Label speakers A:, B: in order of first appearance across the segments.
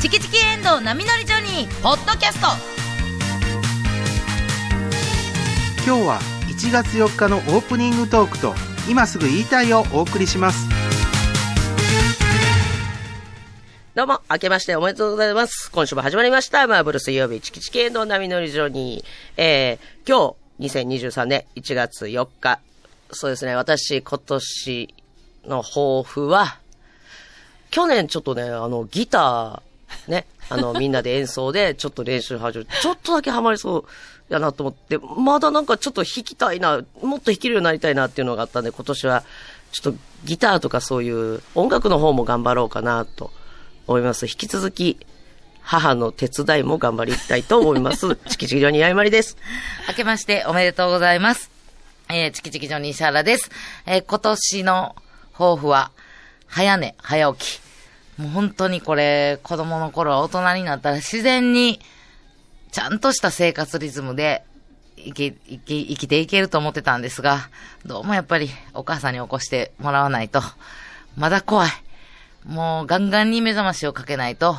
A: チキチキエンドウ波乗りジョニー」ポッドキャスト
B: 今日は1月4日のオープニングトークと今すぐ言いたいをお送りします
C: どうも、明けましておめでとうございます。今週も始まりました。マーブル水曜日、チキチキエンドウ波乗り場に、えー、今日、2023年1月4日。そうですね、私、今年の抱負は、去年ちょっとね、あの、ギター、ね、あの、みんなで演奏で、ちょっと練習始 めて、ちょっとだけハマりそうやなと思って、まだなんかちょっと弾きたいな、もっと弾けるようになりたいなっていうのがあったんで、今年は、ちょっとギターとかそういう音楽の方も頑張ろうかなと思います。引き続き、母の手伝いも頑張りたいと思い ます。チキチキジョニーあいまりです。
A: 明けましておめでとうございます。えー、チキチキジョニー石原です。えー今年の抱負は、早寝、早起き。もう本当にこれ、子供の頃は大人になったら自然に、ちゃんとした生活リズムで、生き、生き、生きていけると思ってたんですが、どうもやっぱりお母さんに起こしてもらわないと、まだ怖い。もうガンガンに目覚ましをかけないと、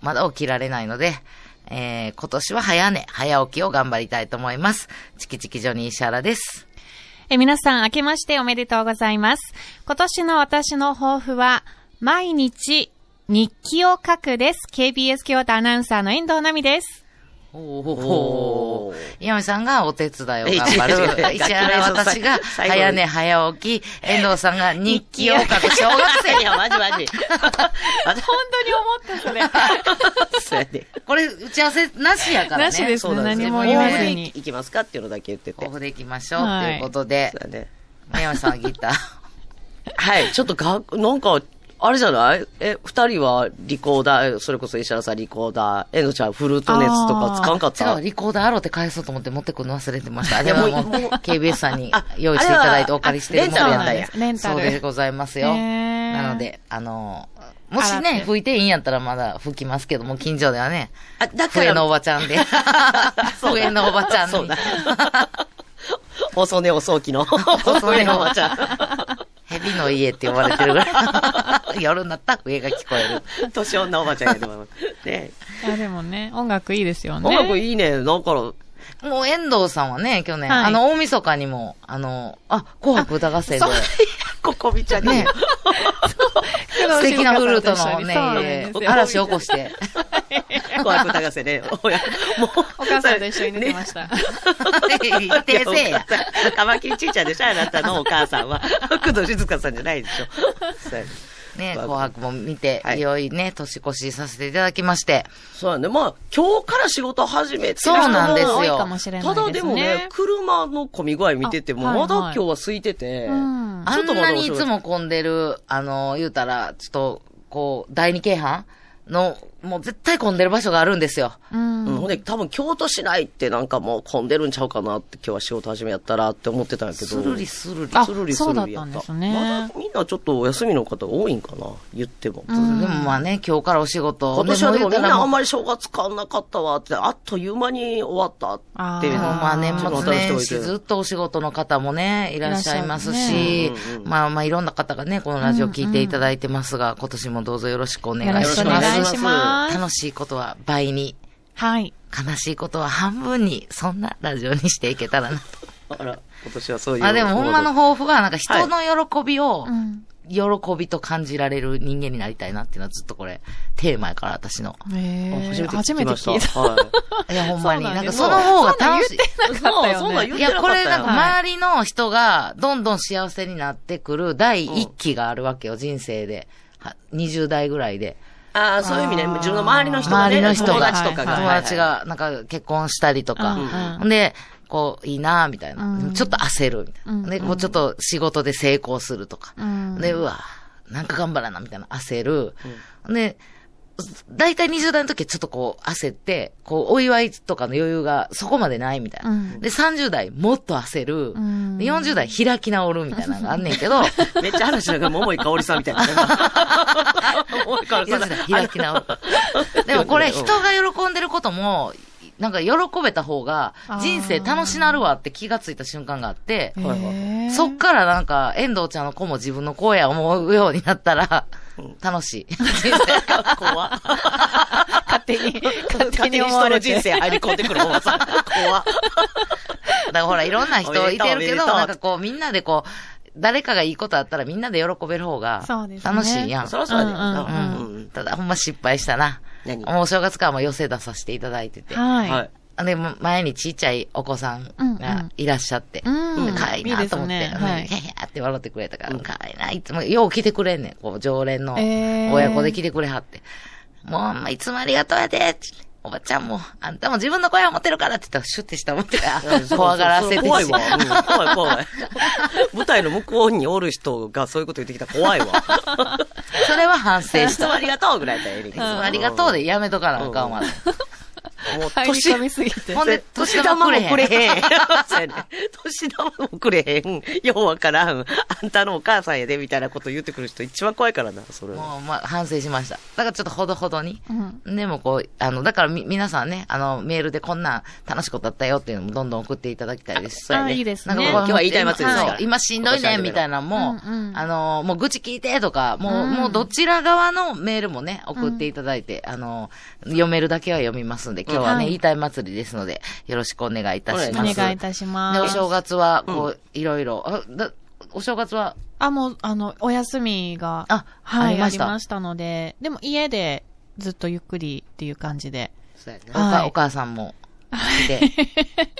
A: まだ起きられないので、えー、今年は早寝、早起きを頑張りたいと思います。チキチキジョニー石原です。
D: え、皆さん、明けましておめでとうございます。今年の私の抱負は、毎日、日記を書くです。KBS 京都アナウンサーの遠藤奈美です。
C: おー
A: 岩見さんがお手伝いを頑張
C: いや
A: る。
C: い
A: 一
C: やい
A: 原
C: や
A: は私が
C: 最後に
A: 早寝、早起き、遠藤さんが日記を書く小学
C: い
A: 生。
C: や、マジマジ。
D: 本当に思ったそ れ。
C: そうや ね。
A: これ、打ち合わせなしやからね。
D: なしです
C: そうなんです
A: 何も言わず
C: で
D: に
C: いきますかっていうのだけ言ってて。
A: 抱
C: そ
A: 負でいきましょう。と
D: はい
A: いうことで
C: う、やね。
A: 岩見さんはギター。
C: はい、ちょっとが、なんか、あれじゃないえ、二人はリコーダー、それこそ石原さんリコーダー、えのちゃんフルートネスとか使わんかっ
A: 違
C: た
A: う、リコーダーアローって返そうと思って持ってくるの忘れてました。あ
C: い
A: れ
C: や
A: はも
C: も
A: う
C: うもう、
A: KBS さんに
C: あ
A: 用意していただいてお借りしてるもの
C: あ
D: そう
C: や
D: な
C: った
D: ん
C: ん
D: で
C: や
D: す。レンタ
A: そう
D: ル。
A: でございますよ。
D: へー
A: なので、あの、もし
D: 洗っ
A: ね、
D: て
A: 吹いていいんやったらまだ吹きますけども、近所ではね、
C: あ、だから。
A: 笛のおばちゃんで。笛のおばちゃん
C: そう
A: に
C: だ。。遅寝遅起きの。遅寝のおばちゃん。
A: 蛇の家って呼ばれてるぐらい。 夜になったら笛が聞こえる。
C: 年女おばちゃんやと思います。ね
D: いや、でもね、音楽いいですよね。
C: 音楽いいね。なんか、
A: もう遠藤さんはね、去年、
D: はい
A: あの、大晦日にも、あの、あ、紅白歌合戦で
C: そう、、ここみちゃん
A: ね
C: ね。、
A: 素敵なフルートの
D: そうなん
A: ね
D: で、すよ
A: 嵐を起こして。
C: 怖く高瀬ね。おや、もう。
D: お母さんと一緒に出てま
C: ね
D: した。
A: 一定せいや。
C: 玉木ちいちゃんでしょあなたのお母さんは。工藤静香さんじゃないでしょ。そうやね
A: ね、紅白も見て、
C: はい
A: い、よいよね、年越しさせていただきまして。
C: そうやね。まあ、今日から仕事始めてる人
A: そ
C: も
A: うなんですよ
D: 多いかもしれな
C: た
D: いです
C: だ
D: ね。
C: でもね、車の混み具合見てても、
D: あはい
C: ま
D: は
C: だ
D: い
C: 今日は空いてて、
D: うん
A: あん
C: まだ
A: な
C: お
A: に
C: 仕
A: いつ
C: 事
A: も混んでる、あの、言うたら、ちょっと、こう、第二京阪の、もう絶対混んでる場所があるんですよ。
D: うん。
C: うん、ほんで、多分京都市内ってなんかもう混んでるんちゃうかなって、今日は仕事始めやったらって思ってたんやけど。
A: スルリスルリ。
D: あ
C: スルリス
D: そうだ
C: ル
D: っ
C: リや
D: た
C: っ
D: ん
C: た。
D: ですね
C: まだみんなちょっとお休みの方多いんかな言っても。
A: でもまあね、今日からお仕事
C: 今年はでもみん
A: ね
C: なあん
A: もう
C: まり正月感なかったわって、あっという間に終わったっていう
A: で
C: の
A: も
D: あー
A: まあ年
C: ちょっと
A: 末
C: 新しい人
A: 年
C: 多いけ
A: 始
C: ど
A: ずっとお仕事の方もね、いらっしゃいますし
C: いらっしゃいますね、
A: まあまあいろんな方がね、このラジオ聞いていただいてますが、今年もどうぞよろしくお願
D: よろ
A: い
D: しく
A: し
D: お
A: ま
D: 願い
A: す。
D: します。
A: 楽しいことは倍に、
D: はい。
A: 悲しいことは半分に、そんなラジオにしていけたらなと。
C: あら、今年はそういう。
A: まあでもほんまの抱負は、なんか
C: は
A: 人
C: い
A: の喜びを
D: う、ん。
A: 喜びと感じられる人間になりたいなっていうのはずっとこれ、テーマやから私の。
D: え
C: あ。
D: ー
C: 初めて聞きました。はい
A: やほんまに。
D: そ
A: な
D: うな
A: ん
D: んで
A: か
D: す
A: その方が楽しい。
C: い。
D: なかったよね
C: そう、そんなん言っ
A: い
C: て
A: や、
C: な
A: こ
C: かった
A: れなん
C: や
A: か周りの人がどんどん幸せになってくる第一期があるわけよ、人生で。は20代ぐらいで。
C: ああ、そういう意味ね。自分の周りの人が
A: 周
C: ね。
A: りの人が、
C: 友達とかが。
A: 友達がなんか結婚したりと
D: うんうん
A: か、ほんで、こう、いいなぁみたいな。
D: うん
A: でもちょっと焦るみたい
D: うんう
A: な。
D: ん
A: で、こうちょっと仕事で成功するとか。
D: うん
A: で、うわ、なんか頑張らな、みたいな、焦る。で、大体20代の時はちょっとこう焦って、こうお祝いとかの余裕がそこまでないみたいな。
D: うん
A: で、30代もっと焦る。
D: ん
A: で40代開き直るみたいなのがあんねん けど、
C: はいめっちゃ話なんか、桃井かおりさんみたいなね。桃井かおりさん
A: 40代開き直る。でもこれ人が喜んでることも、なんか喜べた方が
D: あー
A: 人生楽しなるわって気がついた瞬間があって、
C: はいはい
D: へー
A: そっからなんか、遠藤ちゃんの子も自分の子や思うようになったら、楽しい。
C: 怖っ
D: 勝手 に、勝手
C: 勝手
D: に
C: に
D: 思
C: 人
D: わ
C: の
D: れて。
C: 人生入り込んでくるおばさん。怖っ
A: だからほら、いろんな人いてる
C: おめ
A: け
C: で
A: ど、
C: とう
A: なんかこう、みんなでこう、誰かがいいことあったらみんなで喜べる方が
D: そうですね
A: 楽しいやん。
C: そろそろだよ
A: う
C: な。うんん。
A: ただ、ほんま失敗したな。
C: 何
A: もうお正月からも寄せ出させていただいてて。
D: は。
C: はいい。
A: で、もう前にちっちゃいお子さん
D: うんう
A: が
D: ん
A: いらっしゃって。
D: うん
A: 可愛いなと思って。
D: いいですねはい
A: へへって笑ってくれたから、可愛いな。いつもよう来てくれんねん。こう、常連の
D: えー
A: 親子で来てくれはって。もう、まあいつもありがとうやでっておばちゃんも、あんたも自分の声を持ってるからって言ったら、シュッてした思って
C: そう
A: 怖がらせてし
C: 怖いわ。うん怖い怖い。舞台の向こうにおる人がそういうこと言ってきたら怖いわ。
A: それは反省
C: い
A: し
C: つ
A: た。い
C: もありがとうぐらいだよ、いつ
A: つもありがとうでやめとかなあかんわ。
C: もう
D: 入り
C: 年
D: 込みす ぎて
A: ほ。んで、年玉く れへん。
C: 年玉もくれへん。そうやね。年玉もくれへん。ようわからん。あんたのお母さんやで、みたいなこと言ってくる人一番怖いからな、それ。
A: もう、まあ、反省しました。だからちょっとほどほどに。
D: うん
A: でもこう、あの、だからみ、皆さんね、あの、メールでこんなん楽しいことあったよっていうのもどんどん送っていただきたいですし。
D: あいいですね
A: なんか
D: 今
A: こう
C: 日は言いたい祭りですから
A: はい今しんどいね、みたいなのも、
D: うんうん
A: あの、もう愚痴聞いてとか、もう、
D: うん
A: もうどちら側のメールもね、送っていただいて、あの、読めるだけは読みますんで、今日はね、
D: はい
A: 言いたい祭りですので、よろしくお願いいたし
D: お
A: ます。
D: 願いいたし
A: で、
D: ま
A: お
D: す。
A: 正月は、こう、いろいろ、あだお正月は、
D: あ、もう、あの、お休みが、
A: あ
D: は
A: あ
D: い、
A: り
D: あ
A: ま
D: り
A: した
D: ましたので、でも家でずっとゆっくりっていう感じで。
C: そうや
A: お
C: な。
A: か
D: はい
A: お母さんも来 て、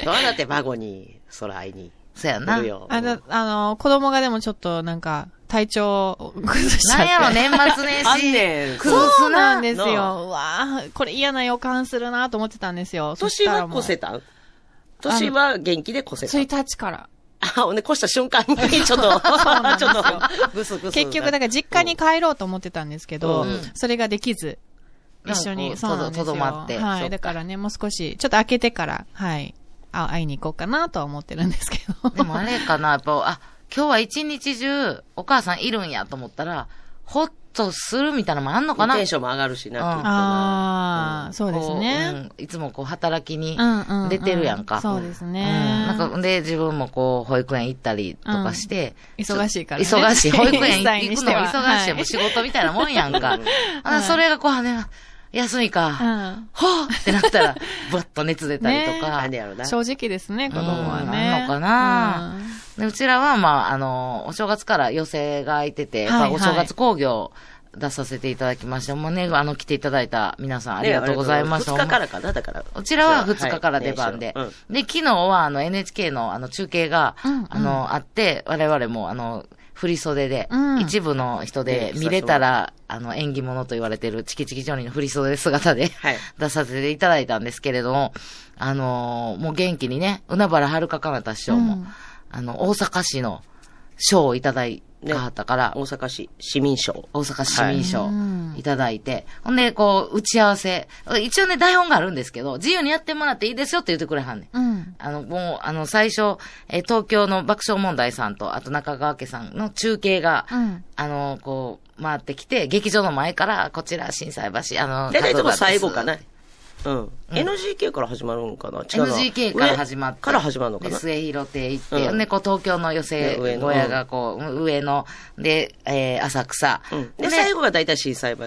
C: どうだって孫に、そら会いに。
A: そうやな
C: 来る。よ。
D: あだあの、子供がでもちょっとなんか、体調を崩しちゃっ
A: な
D: て。
A: んやろ、年末年
C: あん
A: 始。
C: ねん。
A: 崩
D: そ
A: す
D: うなん
A: な。
D: です
C: な
D: よ。うわあこれ嫌な予感するなと思ってたんですよ。そ
C: 年
D: したら
C: は
D: もう
C: 越せたん年は元気で越せた
D: 1日から。
C: あ、ほんで、越した瞬間 に、ちょっと、ちょっと、ぐすぐす。
D: 結局、だから実家に帰ろうと思ってたんですけど、
C: うん
D: それができず、一緒
A: うん
D: に、そうなんですよ。
A: とどまって
D: は
A: そっか
D: い。だからね、もう少し、ちょっと開けてから、はい。あ、会いに行こうかなとは思ってるんですけど。
A: でもあれかな、やっぱ、あ、今日は一日中お母さんいるんやと思ったら、ほっとするみたいなのもあんのかな
C: テンションも上がるしな、
A: うん
C: きっとな
D: ああ、そうですね。
A: こううんいつもこう働きに
D: うんうんうん
A: 出てるやんか。
D: そうですね
A: うんなんか、で、自分もこう、保育園行ったりとかして。
D: うん
A: ちょ
D: 忙しいからね
A: 忙 しい。保育園
D: 一歳
A: 行
D: に
A: く
D: し
A: の
D: て
A: も
D: は
A: 忙しい。
D: はい
A: もう仕事みたいなもんやん か。
D: は
A: あ
D: い
A: それがこう、あね、休み
D: う
A: か。
D: ん。
A: ほーってなったら、ぶわっと熱出たりとか。
C: あんねやろな。
D: 正直ですね、子供は
A: うん
D: ね。
A: なのかなで、うちらは、まあ、あの、お正月から寄席が空いてて、
D: はい
A: まあお正
D: は
A: 月
D: い
A: 興行出させていただきまして、もうね、あの、来ていただいた皆さんありがとうございました。
C: 2日からかな、だから。
A: こちらは2日から出番で。
C: はい
A: で、昨日はあの NHK のあの中継が、
D: うんうん
A: あの、あって、我々もあの、振り袖で、
D: うん
A: 一部の人で
C: ね
A: 見れたら、あの、演技物と言われてるチキチキジョニーの振り袖姿で、
C: はい
A: 出させていただいたんですけれども、あのーもう元気にね、海原遥かなた師匠も、
D: うん
A: あの、大阪市の賞をいただいたはったから、
C: 大阪市市民賞。
A: 大阪市民賞
D: うん
A: いただいて、ほんで、こう、打ち合わせ。一応ね、台本があるんですけど、自由にやってもらっていいですよって言ってくれはんねん。
D: うん。
A: あの、もう、あの、最初、えー東京の爆笑問題さんと、あと中川家さんの中継が、
D: うん
A: あの、こう、回ってきて、劇場の前から、こちら、震災橋、あの、
C: 大体で
A: 角田
C: も
A: です
C: 最後かな。うん。NGK から始まるんかな違うな
A: NGK から始まって。
C: 上から始まるのか
A: で、
C: な
A: 末広亭行って、
C: うん
A: ほんで、こう、東京の寄席
C: で上の
A: 小屋が、こう、上の、で、えー浅草。
C: うんで、最後が大体震災橋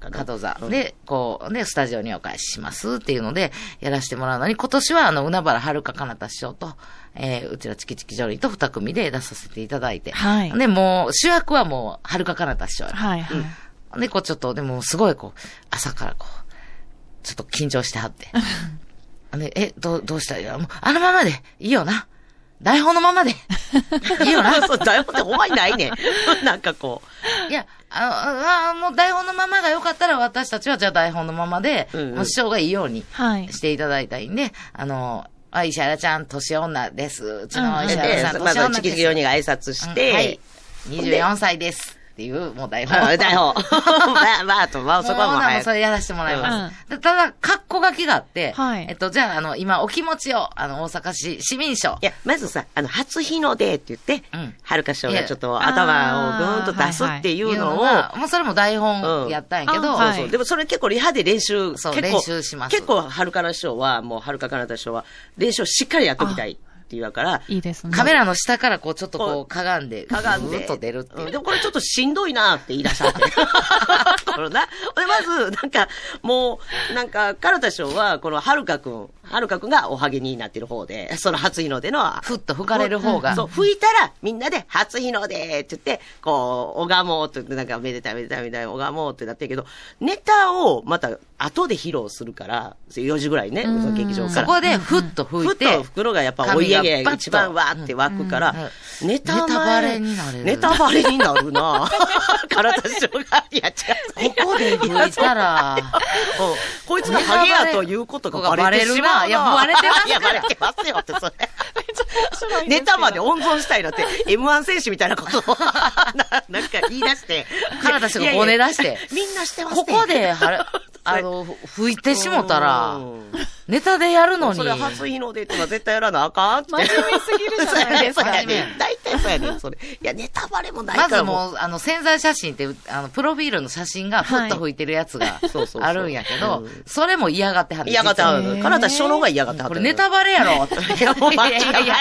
C: かな。
A: 加藤座で、こう、で、スタジオにお返ししますっていうので、やらせてもらうのに、今年は、あの、海原遥かなた師匠と、えー、うちらチキチキジョリーと二組で出させていただいて、
D: はい
A: で、もう、主役はもう、遥かなた師匠や
D: はいはい。
A: で、こう、ちょっと、でも、すごい、こう、朝からこう、ちょっと緊張しては って。で、え、どう、どうしたらいいのもうあのままで、いいよな。台本のままで。いいよな。
C: そう、台本ってほんまにないね ん。なんかこ
A: いや、あのあもう台本のままが良かったら私たちはじゃあ台本のままで、
C: うんうん
A: もう師匠がいいように
D: はい。
A: していただいたいんで、あの、あ、石原ちゃん、年女です。うち
D: うんう
A: の
D: ん
C: う。
A: 石
C: で
A: 原さん、
C: ま
A: 年
C: ずは
A: 女
C: チキチキ
A: です。
C: 4人が挨拶し
A: うんは
C: て
A: い、。24歳です。っていう、もう台
C: あ
A: 本。
C: だよ。まあ、まあ、と、まあ、そこはもう
A: もう
C: 早
A: そ
C: い。
A: れやらせてもらいます。でただ、格好書きがあって、
D: はい
A: えっと、じゃあ、あの、今、お気持ちを、あの、大阪市市民賞
C: い。や、まずさ、あの、初日の出って言って
A: うん、
C: はるか師匠がちょっ
D: い
C: と
D: や
C: 頭をぐーんと出すっていうのを、
A: がもうそれも台本やったんやけど、
D: うんあはい
C: そうでもそれ結構リハで練習、
A: そう
C: 結構
A: 練習します
C: 結構、はるかな師匠は、もう、はるかかなた師匠は、練習をしっかりやっときたいっていうから、
D: いいですね。
A: カメラの下からこう、ちょっとこう、かがんで、
C: かがん
A: ぐー
C: で。
A: っと出るっていう。
C: うんでもこれちょっとしんどいなって言い出し たって。このな。で、まず、なんか、もう、なんか、かなた師匠は、このはるかくん、はるかくんがおはげになってる方で、その初日の出の、
A: ふっと吹かれる方が。
C: そう、吹いたら、みんなで、初日の出って言って、こう、拝もうって言って、なんか、めでたいめでたいみたいな、拝もうってなってるけど、ネタをまた、後で披露するから、4時ぐらいね、その劇場か
A: そ
C: ら。
A: こで、ふっと吹い
C: ふ
A: て、
C: と袋がやっぱお家芸が一番
A: 髪が
C: わ
A: バッと
C: ーって湧くから、
A: うん
C: ネ
A: ネ
C: タ前
A: タバレになる
C: ネタバレになるな 体師匠が。いや、違う。
A: ここで吹いたら、
C: うんこいつがハゲやということがバレてしまうな。
A: いやバレる ないいや
C: や、
A: バ
C: バ
A: レ
C: レ
A: て
C: てますよって、それ。
D: いですけど
C: ネタまで温存したいな って、M1 選手みたいなことを、ななんか言い出して。
A: カナダ氏がごね出して
C: いやいやみんなしてます
A: こ
C: って
A: こ で、はれ、あの、ふ吹いてしもたら
C: うん、
A: ネタでやるのに
C: そ、れ初日の出とか絶対やらなあかんって。
D: 真面目すぎるじゃないですか
C: そうやね大体そうやねそれ。いや、ネタバレもない
A: ま
C: か
A: ず
C: らもう。
A: もう、あの、潜在写真って、あの、プロフィールの写真が、ふっと吹いてるやつが
C: そうそうそう
A: あるんやけ
C: う
A: ど
C: ん、
A: それも嫌がってはる。
C: 嫌がってはる。カナダ師匠の方が嫌がっては
A: こ
C: る。
A: れネタバレや ろって。
C: いや、もう、いやいやいや、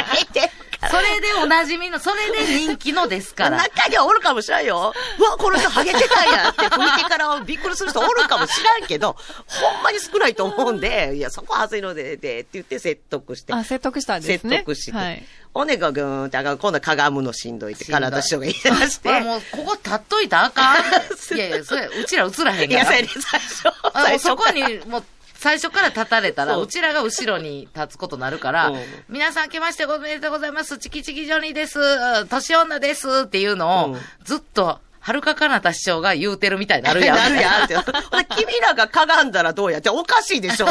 A: それでおなじみの、それで人気のですから。
C: 中にはおる かもしらんよ。うわ、この人ハゲてたんやって、拭いてからびっくりする人おるかもしらんけど、ほんまに少ないと思うんで、いや、そこは恥ずいので、で、って言って説得して。
D: あ、説得したんですね。
C: 説得して。
D: はい。
C: おねがぐーんって上がる。今度はかがむのしんどいって、
A: しんどい
C: 体師匠が言い出 して。
A: これもう、ここ立っといたらあか ん。いやいや、それ、うちら映らへん
C: い
A: か
C: や、
A: ら
C: そうや。ね、最初。
A: あ
C: 最
A: の
C: 初
A: そ
C: か
A: こ
C: ら
A: に、もう、最初から立たれたら、
C: そう
A: うちらが後ろに立つことになるから
C: うん、
A: 皆さん明けましておめでとうございます。チキチキジョニーです。年女です。っていうの
C: う
A: を
C: ん、
A: ずっと、はるかかなた師匠が言うてるみたいになるやん。
C: なる やんって。ほな君らがかがんだらどうやって、おかしいでしょ。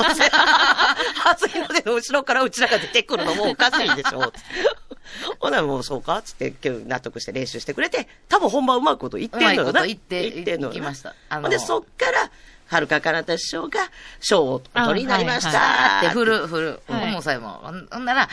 C: 初日の出の後ろからうちらが出てくるのもおかしいでしょ。ほな、もうそうかつって、今日納得して練習してくれて、多分本番うまいこと言ってんのよな。
A: うまいこと言って
C: んのよな
A: 行きましたあの
C: ほんで、そっから、はるかかなた師匠が賞をお取りになりました。
D: あ
A: って振る、振る。
D: はい
A: 本もさえも。ほんほんなら、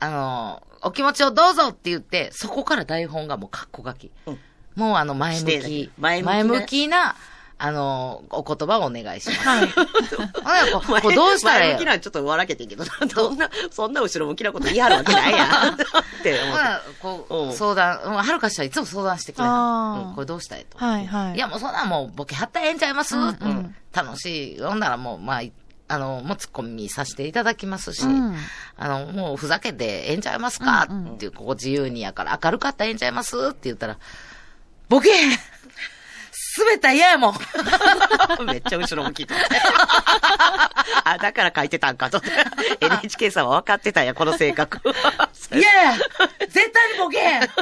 A: あのー、お気持ちをどうぞって言って、そこから台本がもうカッコ書き。
C: うん
A: もうあの、前向
C: して
A: き。
C: 前向きな
A: 前向きな、あのー、お言葉をお願いします。
D: はい。
A: ほんならこう、こうどうしたら
C: 前
A: ええ
C: 向き
A: や
C: なんちょっと笑けてんけどな、そんな、そんな後ろ向きなこと言いはるわけないや ん。って
A: ろ
C: 思
A: ほん
C: っ
A: な
C: て
A: らこ
C: う
A: う、
C: ん
A: 相談、うんはるかしはいつも相談してくれは
D: あ
A: る
D: ー
A: うんこれどうしたいと。
D: はい、はい。
A: いや、もうそんなんもうボケはったらええんちゃいます、
D: う
A: うんん
D: うん
A: 楽しい。ほんならもう、まあ、いあの、もうツッコミさせていただきますし、
D: うん
A: あの、もうふざけてええんちゃいますか、
D: うんうん
A: っていう、ここ自由にやから、明るかったらええんちゃいますって言ったら、ボケへん滑ったら嫌や もん
C: めっちゃ後ろ向きと。 あ、だから書いてたんかと。NHK さんは分かってたんや、この性 格。
A: 嫌や絶対にボケ へんだって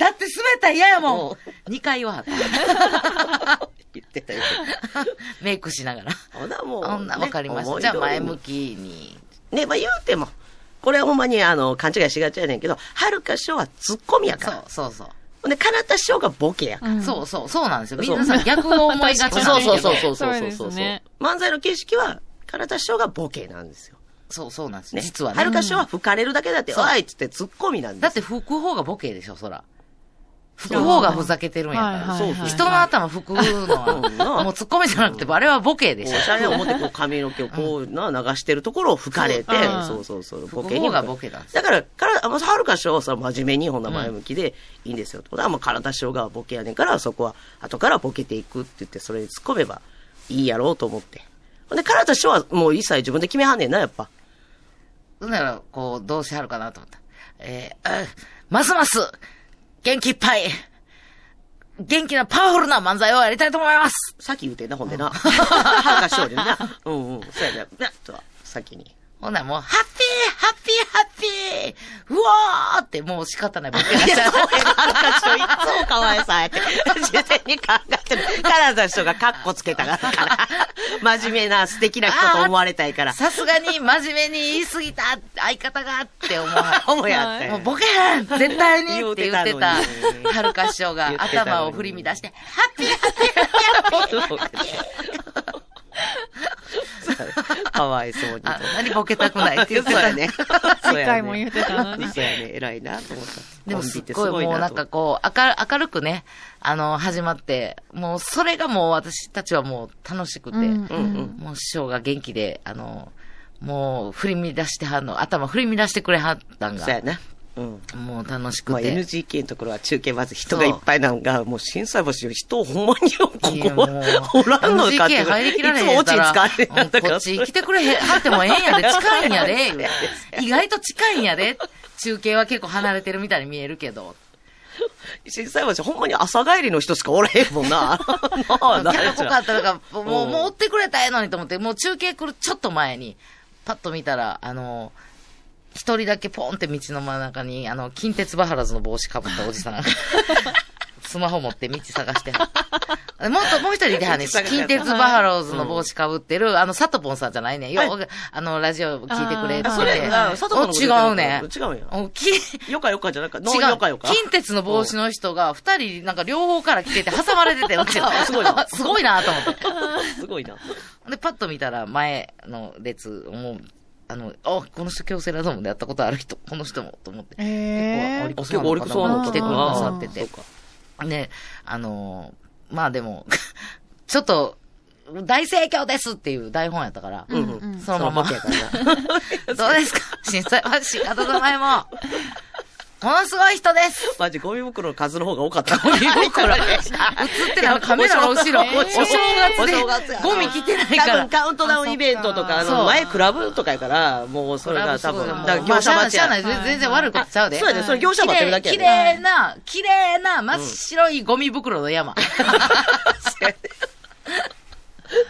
A: 滑ったら嫌やもん !2 回は、
C: 言ってたよ。
A: メイクしながら。
C: ほな、もう、
A: あんな、わかりました。
C: 思い
A: じ
C: 通
A: ゃあ前
C: り
A: 向きに。
C: ね、まあ言うても、これはほんまにあの、勘違いしがちやねんけど、はるか師匠はツッコミやか
A: そ
C: ら
A: う。そうそう。
C: ほんで、かなた師匠がボケやから。
D: うん
A: そうそう、そうなんですよ。
C: そう
A: 皆さん逆を思いがちなんですけ
C: そ
A: ど
C: うそうそうそう
D: そ
C: そうう
D: で
C: そう
D: す
C: そう。
D: ね
C: 漫才の形式は、かなた師匠がボケなんですよ。
A: そう、そうなんです。
C: ね。
A: 実は
C: はる
A: ね。
C: か師匠は吹かれるだけだって、
A: そう
C: おいっつってツッコミなん
A: だ
C: で
A: っ
C: す
A: て吹く方がボケでしょ、そら。吹く方がふざけてるんやから。
D: はいはいはい
C: そうそう
A: 人の頭吹くの
C: う
A: は、
C: ん
A: もう突っ込みじゃなくて、あれはボケでし
C: こ
A: ょ
C: う。シャレを持ってこう髪の毛をこうな流してるところを吹かれて
D: そううん、
C: そうそうそう、
A: 吹
C: ボ
A: く
C: ケに
A: 方。がボケなんです。
C: だから、から、あまあはるか師匠はさ、真面目に、ほんな前向きでいいんですよ。だから、まあ、体師匠がボケやねんから、そこは、後からボケていくって言って、それに突っ込めばいいやろうと思って。ほんで、体師匠はもう一切自分で決めはんねんな、やっぱ。
A: ほんなら、こう、どうしはるかなと思った。えー、あますます、元気いっぱい、元気なパワフルな漫才をやりたいと思います
C: さっき言うてんな、ほんでな。はるか師匠でな。うんうん、そうやな。な、とは、先に。
A: ほんならもう、ハッピーハッピーハッピーうわーってもう仕方ない。僕 がしゃべる
C: 私といつもかわいそうやって、事前に考えてる。カナダの人がカッコつけたから、真面目な素敵な人と思われたいから、
A: さすがに真面目に言い過ぎた相方がって思う。
C: 思うやって。
A: もうボケへん絶対にって言ってた
C: 言うてたの、に
A: はるか師匠が
C: 言ってたのに
A: 頭を振り乱して、ハッピー
C: かわいそうに。
A: あ、何ボケたくないって言って
C: そう
A: た
C: や
A: ね
C: ね。。
D: 何回も言ってたのに
C: そうやね。偉いなと思った。
A: でも
C: コン
A: す
C: ビ
A: ってごいもう
C: と思
A: な
C: っ
A: ん
C: た
A: かこう、明る明るくね、あの、始まって、もうそれがもう私たちはもう楽しくて、
D: うんう
C: うんうんん。
A: もう師匠が元気で、あの、もう振り乱してはんの、頭振り乱してくれはったん
C: そうや
A: が、
C: な。うん。
A: もう楽し
C: まあ、
A: くて。
C: NGK のところは中継まず人がいっぱいなのが、もう震災橋、人をほんまにここ
A: いやも
C: はおらんのかって。
A: NGK 入りきられへ
C: いつ
A: ん
C: も
A: や
C: 落
A: った
C: ちに
A: ら
C: 使われ
A: うんこっち来てくれへん、はってもええんやで、近いんやで、言うて意外と近いんやで、中継は結構離れてるみたいに見えるけど。
C: 震災橋、ほんまに朝帰りの人しかおらへんもんな。な あ、
A: キャラ
C: 大
A: 濃
C: 丈
A: かったから、もう、もう
C: うん
A: もう追ってくれたらええのにと思って、もう中継来るちょっと前に、パッと見たら、あの、一人だけポンって道の真ん中に、あの、近鉄バハラズの帽子かぶったおじさん が、スマホ持って道探してはるもっと、もう一人いてはんねん。
C: 道探しては
A: 近
C: る
A: 鉄バハラズの帽子かぶってる、あの、サトポンさんじゃないねん。よう、あの、ラジオ聞いてくれって言っ
D: あー
C: それ、
A: て。
C: あ佐藤君のこと言ってる
A: お違うね。
C: 違うんや。
A: おき
C: よかよかじゃなくて、ノ
A: 違
C: ン
A: う。
C: よかよか。
A: 近鉄の帽子の人が、二人、なんか両方から来てて、挟まれてて、うち
C: あすごい な
A: すごいなと思って。
C: すごいな。
A: で、パッと見たら、前の列、もう、あの、あ、この人京セラドームでやったことある人、この人も、と思って。
D: へー
A: 結構、
C: 結構オリクソンの
A: 来
C: 方
A: てく
D: あ
A: だ
D: ー
A: さって
C: そ
A: て
C: う。か
A: ね、あのーまあでも、 ちょっと、大盛況ですっていう台本やったから、
C: うん
D: うんうん
A: そのまま
C: そ。のままやからな。
A: どうですか 震災は仕方の 前も、ものすごい人です
C: マジゴミ袋の数の方が多かっ た。ゴミ
A: 袋
C: 袋。
A: 映ってないカメラの後ろ、
D: えー
A: お正月で
C: お正月やな
A: ゴミ来てないか
C: 多
A: ら
C: 分。カウントダウンイベントとか、あ
A: そ
C: の、
A: う
C: 前クラブとかやから、もうそれが多分、だから
A: ま
C: 業
A: あし
C: 者
A: ゃあない
C: 待ち
A: しゃあない
C: や。
A: 全全然悪いことちゃうで。
C: そうやね、それ業者
A: 綺
C: 待ってるだ
A: 麗、
C: けや
A: 綺
C: ね。
A: 麗な、綺麗な、真っ白いゴミ袋の山。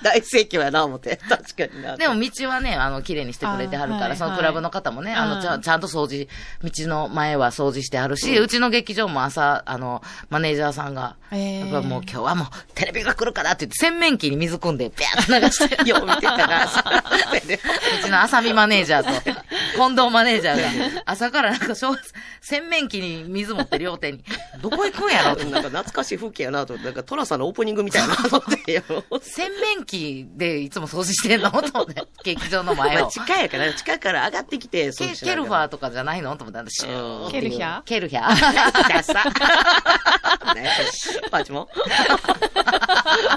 C: 大盛況やな、思って。 確かにな。
A: でも道はね、あの、綺麗にしてくれてはるか
D: あは
A: ら、
D: い
A: そのクラブの方もね、あ
D: う
A: の、
D: ん
A: ちゃんちゃんと掃除、道の前は掃除してあるし、うちの劇場も朝、あの、マネージャーさんが、
D: へー
A: やっぱもう今日はもうテレビが来るからって言って、洗面器に水汲んで、ビャーって流して。
C: よう見てたな。
A: うちの浅見マネージャーと、近藤マネージャーが、朝からなんか正月、洗面器に水持って両手に、どこ行くんやろと思って
C: なんか懐かしい風景やなと思って、なんかトラさんのオープニングみたいやなと思ってよ。
A: 洗面器でいつも掃除してんのと思って、劇場の前
C: まあ
A: を。
C: 地下やから、地下から上がってきて、
A: ケケルファー
C: ー
A: とかじゃないのと思って、シューって
D: ケルヒャー
A: ケルヒャー。 ダサ。
C: ね、パチも。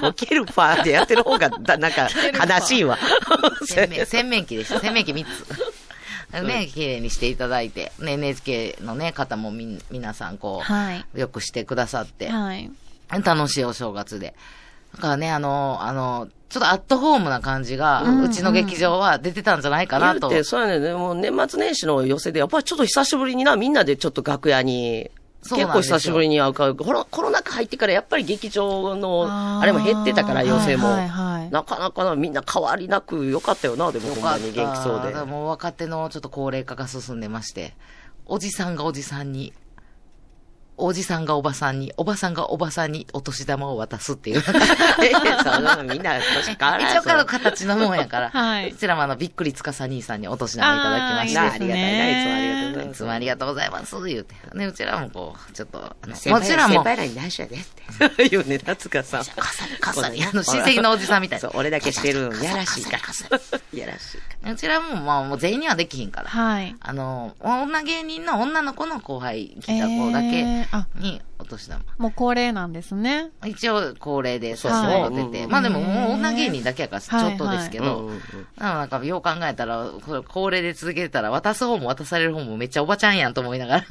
C: もうケルファーでやってる方が、だなんか、悲しいわ。
A: 洗面洗面器でした。洗面器3つ。ね、綺麗にしていただいて、ね、NHK のね、方もみん、皆さんこ
D: はい。
A: う、よくしてくださって、
D: はい。
A: 楽しいお正月で。だからね、あの、あの、ちょっとアットホームな感じが、
D: ん
A: うちの劇場は出てたんじゃないかなと。
C: 言うて、そうやね。もう年末年始の寄せで、やっぱりちょっと久しぶりにな、みんなでちょっと楽屋に、
A: そう
C: 結
A: なん
C: 構
A: ですよ
C: 久しぶりに会うから、コロコロナ禍入ってからやっぱり劇場の、あれも減ってたから、寄せも。
D: はいはいはい
C: なかなかなみんな変わりなく良かったよな、でもほんまに元気そうで
A: だ か。らもう若手のちょっと高齢化が進んでまして、おじさんがおじさんに、おじさんがおばさんに、おばさんがおばさんにお年玉を渡すって いう。
C: いやいやそんなのみんな年変わらん
A: 一
C: や
A: 応
C: つ
A: かの形のもんやから。
D: はいう
A: ちらもあの、びっくりつかさ兄さんにお年玉いただきまして
C: なあ、あ
D: あー
C: りがたいな、いつもありがとうござい
A: い
C: ます。
A: つもありがとうございます、言うて。ね、うちらもこう、ちょっと、あの、
C: 先輩
A: もちろんも
C: 先、輩らに内緒やでって。言うね、夏香 さん。かさり
A: かさりあの親戚のおじさんみたいな
C: そう、俺だけしてるの。やらしいから。やらしいから。
A: うちらも、まあ、もう全員にはできひんから。
D: はい。
A: あの、女芸人の女の子の後輩来た子だ
D: え
A: け
D: ーあ
A: にお年玉。
D: もう恒例なんですね。
A: 一応恒例でそ
C: そ
A: うう
D: そう
A: 出て
C: う
A: て。
C: ん
A: まあでももう女芸人だけやからちょっとですけ
C: うん
A: ど。
C: うんうん
A: なのなんかよう考えたら、これ恒例で続けてたら渡す方も渡される方もめっちゃおばちゃんやんと思いなが ら。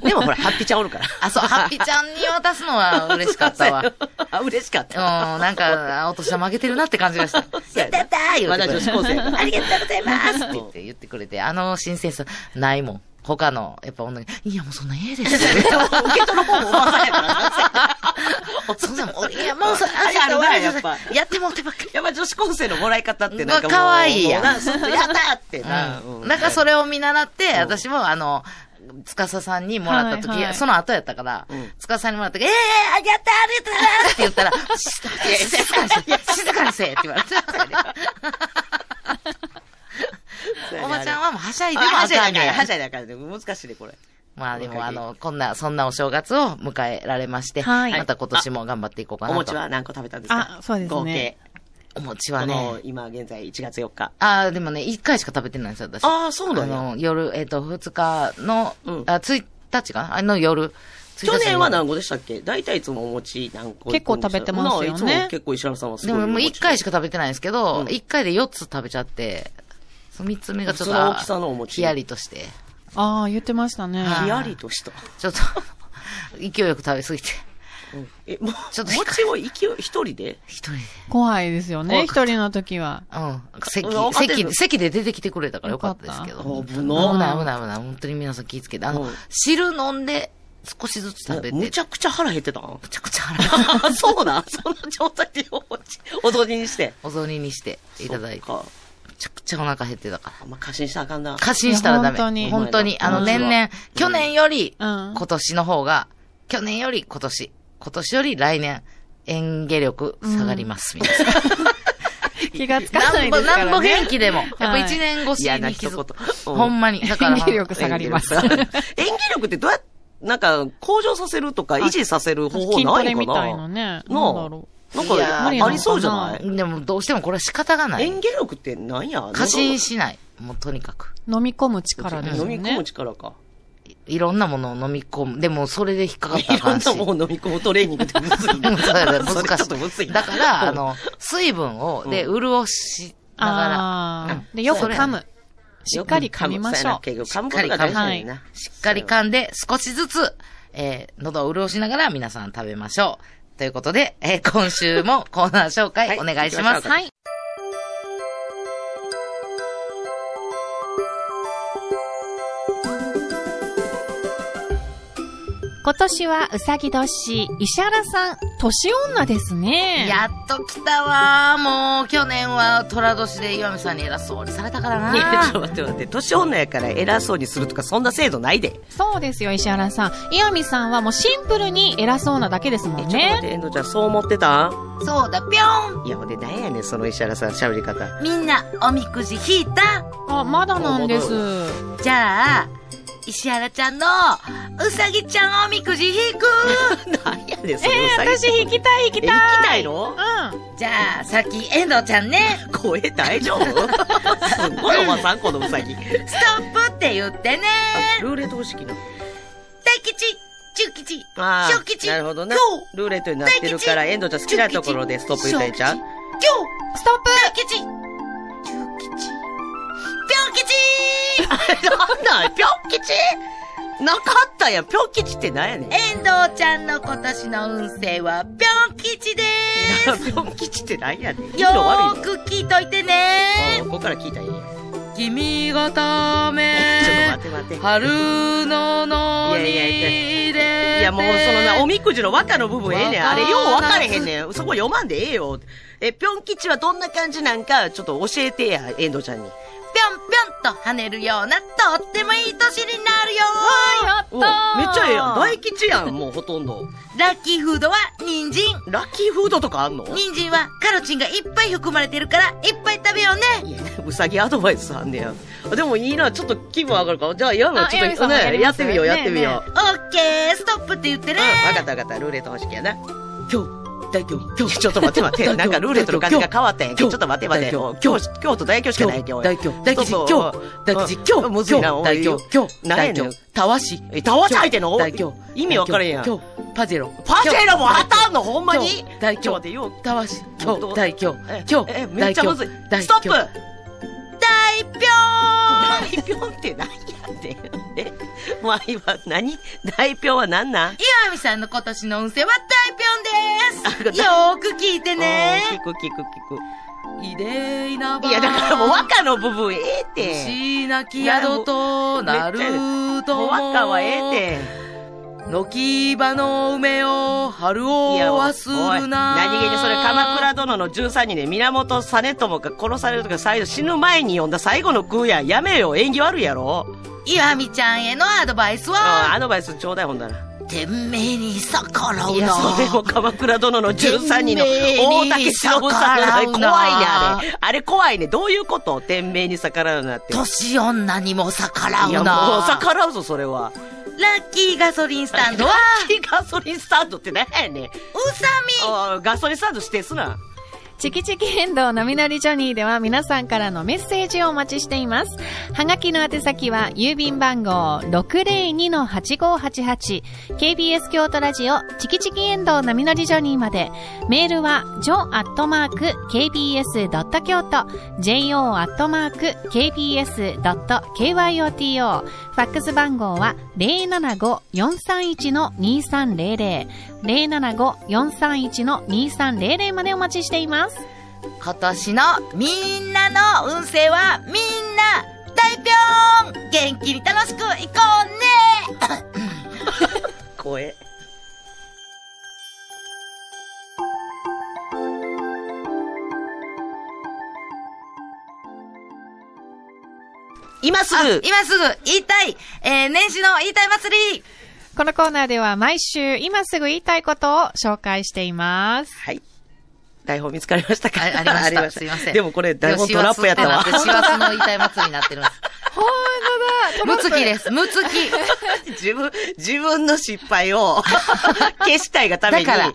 C: でもほら、ハッピーちゃんおるから。
A: あ、そう、ハッピーちゃんに渡すのは嬉しかった わ。う
C: あ、嬉しかった。
A: ん、なんか、あお年玉あげてるなって感じがした。
C: やったやったー
A: 言う
C: ま
A: て
C: だ
A: くれ
C: 女
A: る
C: 子高生やから
A: ありがとうございます って言って言ってくれて、あの新鮮さ、ないもん。他の、やっぱ女芸人いやもうそんなええです。
C: 受け取る方もおばさんやからな。
A: そんなもん、いや、もうさ、
C: あれあるなやっぱ
A: やってもうてばっかり。
C: やっぱ女子高生のもらい方ってなんかもう、
A: まあ可愛いやん
C: もうなずっとやったーってな。う
A: なん かそれを見習って、私もあの、つかささんにもらった時、
D: はいはい
A: その後やったから、つかささんにもらった時、ええー、やったありがとうなって言ったら、静かにせ、静かにせ、静かにせって言われた。おばちゃんはもうはしゃいでも
C: あは
A: あ
C: しゃ
A: か
C: い
A: ん
C: だか
A: ね
C: ら、
A: ん
C: はしゃいだからね、難しいね、これ。
A: まあでも
C: 若い
A: あの、こんな、そんなお正月を迎えられまして、
D: はい
A: また今年も頑張っていこうかな
C: お
A: と。
C: 餅は何個食べたんですか
D: あそうですね
C: 合計。
A: お餅
C: こ
A: は
C: の
A: ね。、
C: 今現在1月4日。
A: ああ、でもね、一回しか食べてないんですよ、私。
C: ああ、そうな
A: あ
C: んや。
A: の、夜、えっ、と、二日の、
C: うん
A: あ、1日かなあの夜。
C: 去年は
A: な
C: 何個でしたっけ大体いつもお餅何個
D: 結構食べてますよね
C: いつも結構石原さんはす
A: で
C: ごいお
A: も
C: 餅。
A: もう一回しか食べてないんですけど、
C: うん
A: 一、回で四つ食べちゃって、その三つ目がちょっ
C: 普通の大きさのお
A: と、
C: 餅
A: ひやりとして、
D: ああ、言ってましたね。
A: は
C: ひやりとした。
A: ちょっと、 勢いよく食べすぎて、
C: うんえ、もう、
A: ちょっと
C: 餅を勢い、一人で
A: 一人で。
D: 怖いですよね、
C: 怖
D: 一人の時は。
A: うん。席
C: うんわ、かって
A: 席、
C: る
A: 席で出てきてくれたからよかったですけど。
C: よかった
A: 危
C: あ
A: ない危ない危ない。本当に皆さん気ぃつけて。あの、
C: うん
A: 汁飲んで、少しずつ食べて。
C: むちゃくちゃ腹減って たん
A: むちゃくちゃ腹が
C: そうなん その状態でお餅、お雑煮にして。
A: お雑煮にしていただいて。
C: そっか
A: めちゃくちゃお腹減ってたから。
C: あんま過信したらあかんな。
A: 過信したらダ
D: いや本当に
A: メ。本当に。あ
C: う
A: の、
C: ん
A: 年々、去年より、
D: うん
A: 今年の方が、去年より今年、今年より来年、演芸力下がります、みたいな。
D: 気がつか
A: な
D: なんい
A: ぼ、
D: ですから、
A: な
D: ね。
A: んぼ元気でも。やっぱ
D: はい
A: 一年越し
C: 嫌な
A: に気
C: 一
A: づ
C: 言
A: く。。
C: うん
A: ほんまに。だから。
D: 演技力下がります
C: 演技力 演技力ってどうやっなんか、向上させるとか、維持させる方法な
D: 筋トレ
C: いか
D: み
C: な
D: たいなね。なんだろう。
C: なん
A: いや
C: か、
A: ー
C: ありそうじゃない
A: でもどうしてもこれは仕方がない
C: 演。技力ってなんや
A: 過信しない。もうとにかく。
D: 飲み込む力ですよ
C: 飲
D: ね。
C: み込む力か。
A: いいろんなものを飲み込む。でもそれで引っかかった
C: い
A: らあか
C: ろん
A: んし。
C: なもん飲み込むトレーニングってむずいな。
A: そうやね
C: それ
A: 難
C: ちょっとむず
A: し
C: い
A: い。
C: な
A: だから、あ、 の、水分を、で、潤しながら、
D: ああ、
A: うん
D: で、よく
A: それ
D: 噛む。しっかり噛みましょ
C: そ
D: う。
C: うやな結局噛むことが大事なんやな。
A: しっかり噛んで、少しずつ、えー喉を潤しながら皆さん食べましょう。ということで、えー今週もコーナー紹
C: は
A: 介
C: い
A: お願いします。
D: はい。今年はうさぎ年、石原さん、年女ですね。
A: やっと来たわーもう、去年は虎年で岩見さんに偉そうにされたから
C: いや、ち
A: な
C: ょっと待って待って。年女やから偉そうにするとか、そんな制度ないで。
D: そうですよ、石原さん。岩見さんはもうシンプルに偉そうなだけですも
C: え、ちょっ
D: ん
C: と待っ
D: ね
C: て、。遠藤ちゃん、そう思ってた
A: そうだ、ぴょん
C: いや、ほんで、なんやねん、その石原さん、喋り方。
A: みんな、おみくじ引いた
D: あ、まだなんで
C: な
D: す。
A: じゃあ、石原ちゃんの、うさぎちゃんおみくじ引く
C: なんやねん、そ
D: え
C: れ。
D: え
C: うさぎ
D: 私引きたい、引きたい。
C: え行きたいの
D: う
A: じゃあ、さっき、遠藤ちゃんね、
C: 声大 丈夫すっごいおばさん、このうさぎ。
A: ストップって言ってね
C: ルーレット方式の。
A: 大吉、中吉、
C: あ
A: 小
C: あ、
A: 吉、
C: なるほどね
A: 今。
C: ルーレットになってるから、遠藤ちゃん好きなところでストップ言ったらいいじゃん。
A: 日、今
D: ん。ストップ
A: 日、大吉、中吉、病吉
C: なんだ、ぴょん吉なかったやん。ぴょん吉ってなんやねん。
A: 遠藤ちゃんの今年の運勢は病吉で
C: ぴょん吉ってなんやね ん。いい
A: すよ
C: の悪い
A: ー
C: の。
A: く聞いといてね
C: うんここから聞いたらいいやん。
A: 君が た
C: ちょ
A: め
C: っと待って待って。
A: 春のの
C: に
A: 入れ
C: いやもうそのな、おみくじの和歌の部分ええねん。
A: 和歌
C: あれよう分かれへんねん。そこ読まんでええよ。え、ぴょん吉はどんな感じなんか、ちょっと教えてや、遠藤ちゃんに。
A: ぴょんぴょんと跳ねるようなとってもいい年になるよ
D: やった
C: う
D: ー
C: んめっちゃええやん。大吉やん、もうほとんど。
A: ラッキーフードは人参
C: ラッキーフードとかあんの
A: 人参はカロチンがいっぱい含まれてるからいっぱい食べようね
C: いや うさぎアドバイスあんねや。でもいいな、ちょっと気分上がるか。じゃあ、やんの、
D: あ
C: ちょっ
D: やんさ
C: と
D: んもや
C: ね、
D: りま
C: やっ
D: す
C: てみよう、やってみよう。
D: ね
A: オッケーストップって言ってね
C: うん、わかったわかった。ルーレット方式やな。今日、大凶、今日。ちょっと待って待って。なんかルーレットの感じが変わったんやけど、ちょっと待って待って。今日、今日、今日と大凶しかないけど。
E: 大凶大吉
C: そう
E: 今
C: そう
E: 大吉今日
C: うんむずいな、
E: 今日大凶
C: 今日、
E: 日
C: 何やね
E: 大
C: ん
E: 凶。たわし
C: え、たわし入ってんの
E: 大凶
C: 意味わからんやん。
E: 今日パジェロ
C: パシェラも当たんのほんまに
E: 今日大凶
C: ちょっと待ってよ。
E: たわし
C: ど
E: 今
C: う
E: 日大凶
C: え
E: 今日
C: え、めっちゃむずい。
E: 大凶
C: ストップ
E: 大凶
A: 大ぴょん
C: 大ぴょんって何やねん。え、まあ今、何大ぴょんは何なん
A: 岩見さんの今年の運勢は大ぴょんですよーく聞いてね
C: あー聞く聞く聞
A: いでいなば
C: く。いや、だからもう和歌の部分ええって。
A: しなき宿となると
C: もう
A: も
C: 和歌はええって。
A: 軒場の梅を春を忘るな
C: 何気にそれ鎌倉殿の13人で源実朝が殺されるとか最後死ぬ前に読んだ最後の句ややめよ縁起悪いやろ
A: 岩見ちゃんへのアドバイス
C: あ
A: は
C: アドバイスちょうだいほんだら
A: 天命に逆らうない
C: やそれも鎌倉殿の13人の大竹しのぶさんのあれ怖いねあれあれ怖いねどういうこと天命に逆らうなって
A: 年女にも逆らうない
C: やもう逆らうぞそれは
A: ラッキーガソリンスタンドは
C: ガソリンスタンドって何やねん
A: うさみ
C: おいガソリンスタンド指定すな
D: チキチキ変動のみのりジョニーでは皆さんからのメッセージをお待ちしています。はがきの宛先は郵便番号 602-8588KBS 京都ラジオチキチキ変動のみのりジョニーまで。メールは jo.kbs.kyoto jo.kbs.kyoto ファックス番号は075-431-2300 075-431-2300までお待ちしています。
A: 今年のみんなの運勢はみんな大ぴょん元気に楽しく行こうね
C: 声今すぐ
A: 今すぐ言いたい、えー、年始の言いたい祭り
D: このコーナーでは毎週今すぐ言いたいことを紹介しています。
C: はい。台本見つかりましたか
A: あありまし
C: り
A: た。すいません。
C: でもこれ台本トラップやったわ。
A: 師走の痛い祭りになってるん です。
D: ほんと
A: むつきです。むつき。
C: 自分、自分の失敗 を消したいがために
A: だから、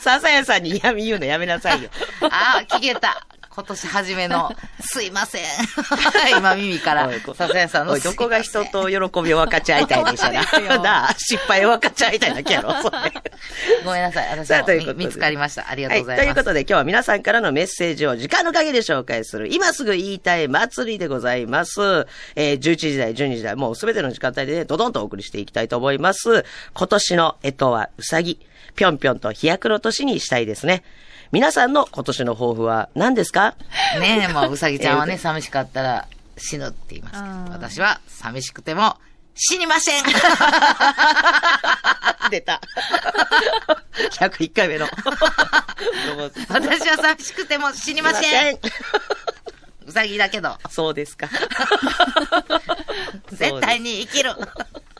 C: 笹谷さんに嫌み言うのやめ なさいよ。
A: ああ、聞けた。今年初めの、すいません。 今耳から
C: おいこ、
A: ささやさんの
C: おい
A: すいませ
C: ど
A: ん
C: こが人と喜びを分かち合いたいでした
D: そうです
C: な。
D: よ
C: なあ、失敗を分かち合いたいだけやろ、それ。
A: ごめんなさい。私
C: さあ、というこ
A: も
C: とで。
A: 見見つかりました。ありがとうございます。
C: はということで、今日は皆さんからのメッセージを時間の限り紹介する、今すぐ言いたい祭りでございます。えー11時台、12時台、もうすべての時間帯でね、ドドンとお送りしていきたいと思います。今年の干支はうさぎ。ぴょんぴょんと飛躍の年にしたいですね。皆さんの今年の抱負は何ですか
A: ねえ、もううさぎちゃんは
C: え
A: ね、
C: ー
A: 寂しかったら死ぬって言いますけど
D: あー
A: 私は寂しくても死にません
C: 出た。101回目 の。どうもすい
A: 私は寂しくても死にま
C: ま
A: せ
C: せ
A: ん
C: ん。
A: うさぎだけど、
C: そうですか。
A: 絶対に生 きる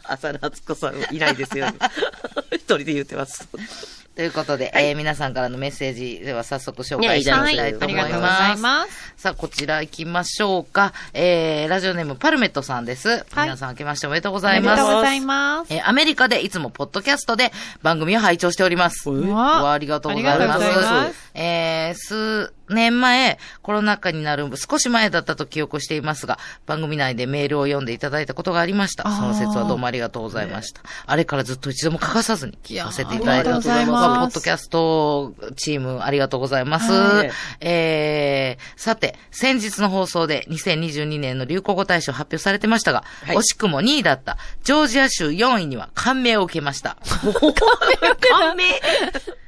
C: 浅野敦子さんいないで すよ。一人で言ってます。
A: ということで、えー皆さんからのメッセージでは早速紹
C: ね
A: 介
C: い
A: しててい
C: だ
A: きたいと
D: あ
A: 思
D: り
A: います。
D: がとうございます。
A: さあ、こちら行きましょうか。えー、ラジオネームパルメットさんです。
D: はい
A: 皆さん明けましておめでとうご
D: あ
A: ざい
D: りが
A: ます
D: とう。ございます。
A: えーアメリカでいつもポッドキャストで番組を拝聴しております。
C: う
A: うわありがとうござい
D: あ
A: ます。
D: りがとうございま
A: えー、数年前、コロナ禍になる少し前だったと記憶していますが、番組内でメールを読んでいただいたことがありました。
D: あー
A: その説はどうもありがとうございました。あれからずっと一度も欠かさずに聞かせていただいて
D: いやーありがとうございます
A: ポッドキャストチームありがとうございます。
C: はい
A: えー、さて、先日の放送で2022年の流行語大賞発表されてましたが、
C: はい
A: 惜しくも2位だったジョージア州4位には感銘を受けま した。
C: 感銘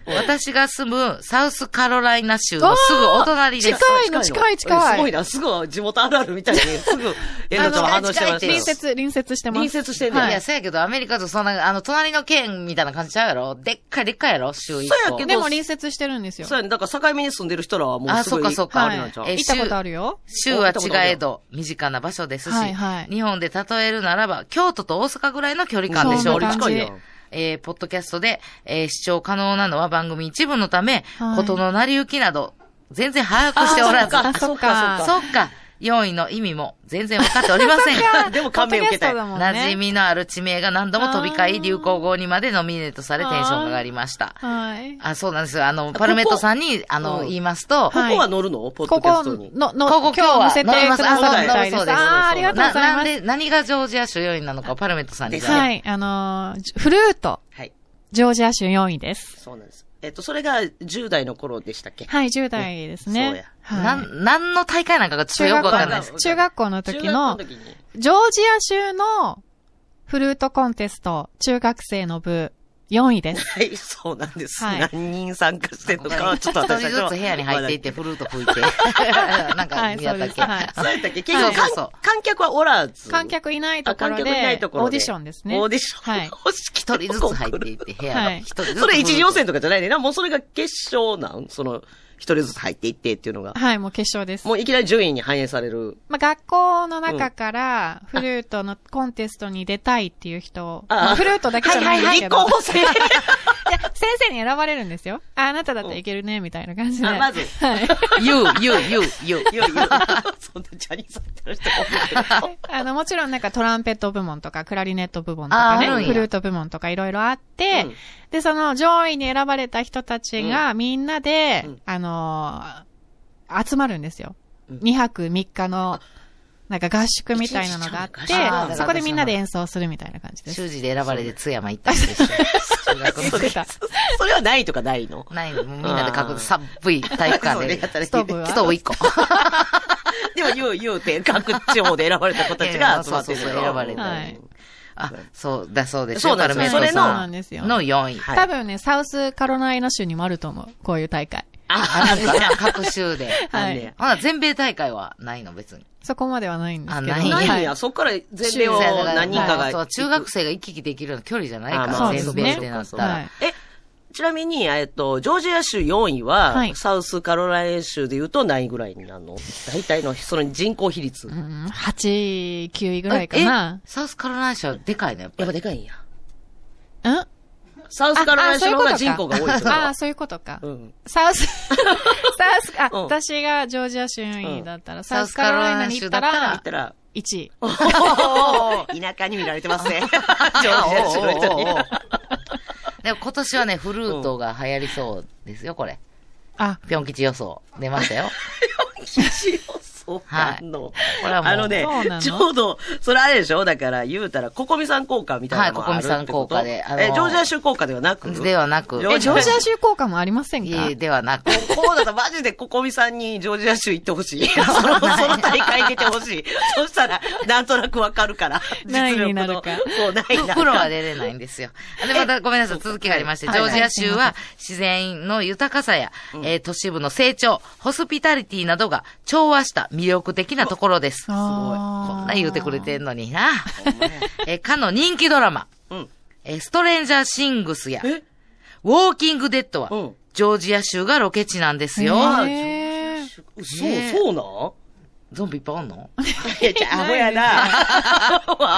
A: 私が住むサウスカロライナ州のすぐお隣です。
D: 近いの近い近い
C: すごいな、すぐ地元あるあるみ たいに、すぐ、えのちゃんは反応してましたよ
D: 隣。接、隣接してます。
C: 隣接してんね
D: は
A: や、
D: い。
A: そうやけど、アメリカとそんな、あの、隣の県みたいな感じちゃうやろでっかいでっかいやろ州一個。
C: そうやけど
D: でも隣接してるんですよ。
C: そうやね、だから境目に住んでる人らはもう
A: あ
C: すぐに
A: そっかそっか
C: あれなんちゃう
A: はえ
D: 行ったことあるよ。
A: 州は違えど、身近な場所ですし、
D: はいはい
A: 日本で例えるならば、京都と大阪ぐらいの距離感でしょ
D: そ
A: うん
D: な感じ
C: 近いやん
A: えーポッドキャストで、えー視聴可能なのは番組一部のため、
D: はい
A: ことの成り行きなど、全然把握しておらず、
C: あ
D: あ、そっか。
A: そっか、4位の意味も全然分かっておりませ ん。
C: でも感銘受けたい
D: ポッドキャストだもんね
A: 馴染みのある地名が何度も飛び交い、流行語にまでノミネートされテンションが上がりました。
D: はい。
A: あ、そうなんですよ。あの、パルメットさんに、あ
C: う
A: の、
C: ん
A: 言いますと、
D: は
C: こ
D: い
C: こは乗るのポッド
D: こ
C: キャ
D: こ
C: ストに。
D: の、の、
A: ここ今日は
D: 今日載せてくださるみたい
A: そ
D: で
A: う
D: す。
A: です
D: ああ、ありがとうござい
A: な、な
D: ま。
A: んで、何がジョージア州4位なのかをパルメットさんに。
C: です
D: はい。あのー、ジフルート、
C: はい。
D: ジョージア州4位です。
C: そうなんです。えっと、それが10代の頃でしたっけ
D: はい、10代ですね。
C: そうや
A: な
D: はい。
A: ん、何の大会なんかがちょっとよくわかんないです。
C: す
D: 中学校の時の
C: 中学校、の時に。
D: ジョージア州のフルートコンテスト、中学生の部、 4 位です。
C: はい、そうなんです。
D: はい
C: 何人参加してんのかは、ちょっと
A: 一人
C: 私たち
A: ず
C: は
A: つ部屋に入っていって、フルート吹い て。なんか、
D: はい
A: やったっけ、
D: そうです
C: そうやったっけ結
A: は
C: 局、
A: い
C: 観
A: そうそう
C: 観客はおらず。
D: 観客いないと
C: あ、
D: こ
C: 観
D: ろで、
C: 客いないところ
D: オーディションですね。
C: オーディション。
D: はい。
A: 一人ずつ入っていって、部屋
D: は
A: に。
D: い
A: 一人ずつ。
C: それ一次予選とかじゃないねんな。もうそれが決勝なんその、一人ずつ入っていってっていうのが。
D: はい、もう決勝です。
C: もういきなり順位に反映される。
D: まあ、学校の中から、フルートのコンテストに出たいっていう人を、まあフルートだけじゃないんですけど、
C: 立候補制。
D: いや先生に選ばれるんですよ。ああなただったらいけるね、みたいな感じ で。
C: あまず
D: はい。
A: 言う、言う、言う、言う。
C: いやいや、 そんなジャニーさんってる人多いけど。
D: あの、もちろんなんかトランペット部門とか、クラリネット部門とか
A: あーあるん
D: ね、
A: や
D: フルート部門とかいろいろあって、
C: うん
D: で、その上位に選ばれた人たちがみんなで、
C: うん
D: あのー集まるんですよ。
C: うん
D: 2泊3日の、なんか合宿みたいなのがあっ
C: 一日
D: て
C: ちゃう
A: の合宿、
D: そこでみんなで演奏するみたいな感じです。
A: 修士で選ばれて津山行ったんですよ。中学の
D: そ
A: 時
D: うでした。
C: それはないとかないの。
A: ないの、もうみんなで
C: あー
A: 各寒い体育館で。
C: ス
D: ストーブは
A: ストーブ1個。
C: でも、言う、言うて、各地方で選ばれた子 たちが集まってる
A: いやいやそうそうそう選ばれて
D: はい
A: あ、そうだそうです。
C: そうなん
A: パル
C: ですよ
A: メイト
C: それの
A: さん
D: なんですよ
A: の4位。
C: はい
D: 多分ね、サウスカロライナ州にもあると思う。こういう大会。
A: あ、なん か各州で。
D: は
C: なんで
D: い。
A: ほな、全米大会はないの、別に。
D: そこまではないんですけど。
A: あないんや
C: ないん
D: は
C: や、そっから全米を何人か
A: まあ
C: が。
A: そう中学生が行き来できるような距離じゃないか
C: あま
A: ら、
D: あ
A: 全
D: そうです
A: 米
D: ね
A: でなった
D: は
A: ら
D: い。。
C: え、ちなみに、えっと、ジョージア州4位は、
D: はい
C: サウスカロライナ州で言うと何位ぐらいになるの大体の、その人口比率。
D: う
C: や
D: ん、8位、9位ぐらいかな。
A: えサウスカロライナ州はでかいね、やっぱ
C: っぱ
A: り。
C: でかいんや。
D: うん
C: サウスカロライナ州の方が人口が多いってこと
D: ああ
C: か
D: ー、そういうことか。
C: うん。
D: サウス、サウス、あ、
C: うん
D: 私がジョージア州院だったら、サウス
A: サウスカ
D: カ
A: ロ
D: ロラ
A: ラ
D: イ
A: イ
D: ナ
A: ナ
D: に行
A: 州
D: った
A: だった
C: 言
D: ら
C: っ、たら、
D: 1位。
C: おー 田舎に見られてますね。 ジョージア州
A: お
C: の人に
A: ーおーお。ーでも今年はね、フルートが流行りそうですよ、これ。
D: あ、
A: ぴょん吉予想出ま したよ。
C: 一応そう なの。
A: これはもう
C: あのね
D: そうなの、
C: ちょうど、それあれでしょだから、言うたら、ココミさん効果みたいなのもあるってこと。
A: はいココミさん効果であの
C: え、ジョージア州効果ではなく
A: ではなく。
C: ジョー
D: え、ジョージア州効果もありません
A: い
D: か
A: えではなく。
C: こうだとマジでココミさんにジョージア州行って ほしい。その、その大会出てほしい。そしたら、なんとなくわかるから。
D: ないにな
C: 実力
D: る
C: の
D: か
C: そ う、ないになる
A: プロは出れないんですよ。で、またごめんなさい、続きがありまして、ジョージア州は自然の豊かさや、えー都市部の成長、ホスピタリティなどが調和した魅力的なところです。
D: あー
A: こんな言うてくれてんのにな。 えー、かの人気ドラマ、
C: うん。
A: えーストレンジャーシングスや、ウ
C: え
A: ォーキングデッドは、
C: うん
A: ジョージア州がロケ地なんですよ。
D: へー
C: 嘘、
A: ねえ
C: そうなん
A: ゾンビいっぱいおんの
C: いや、じゃあ、アホやな。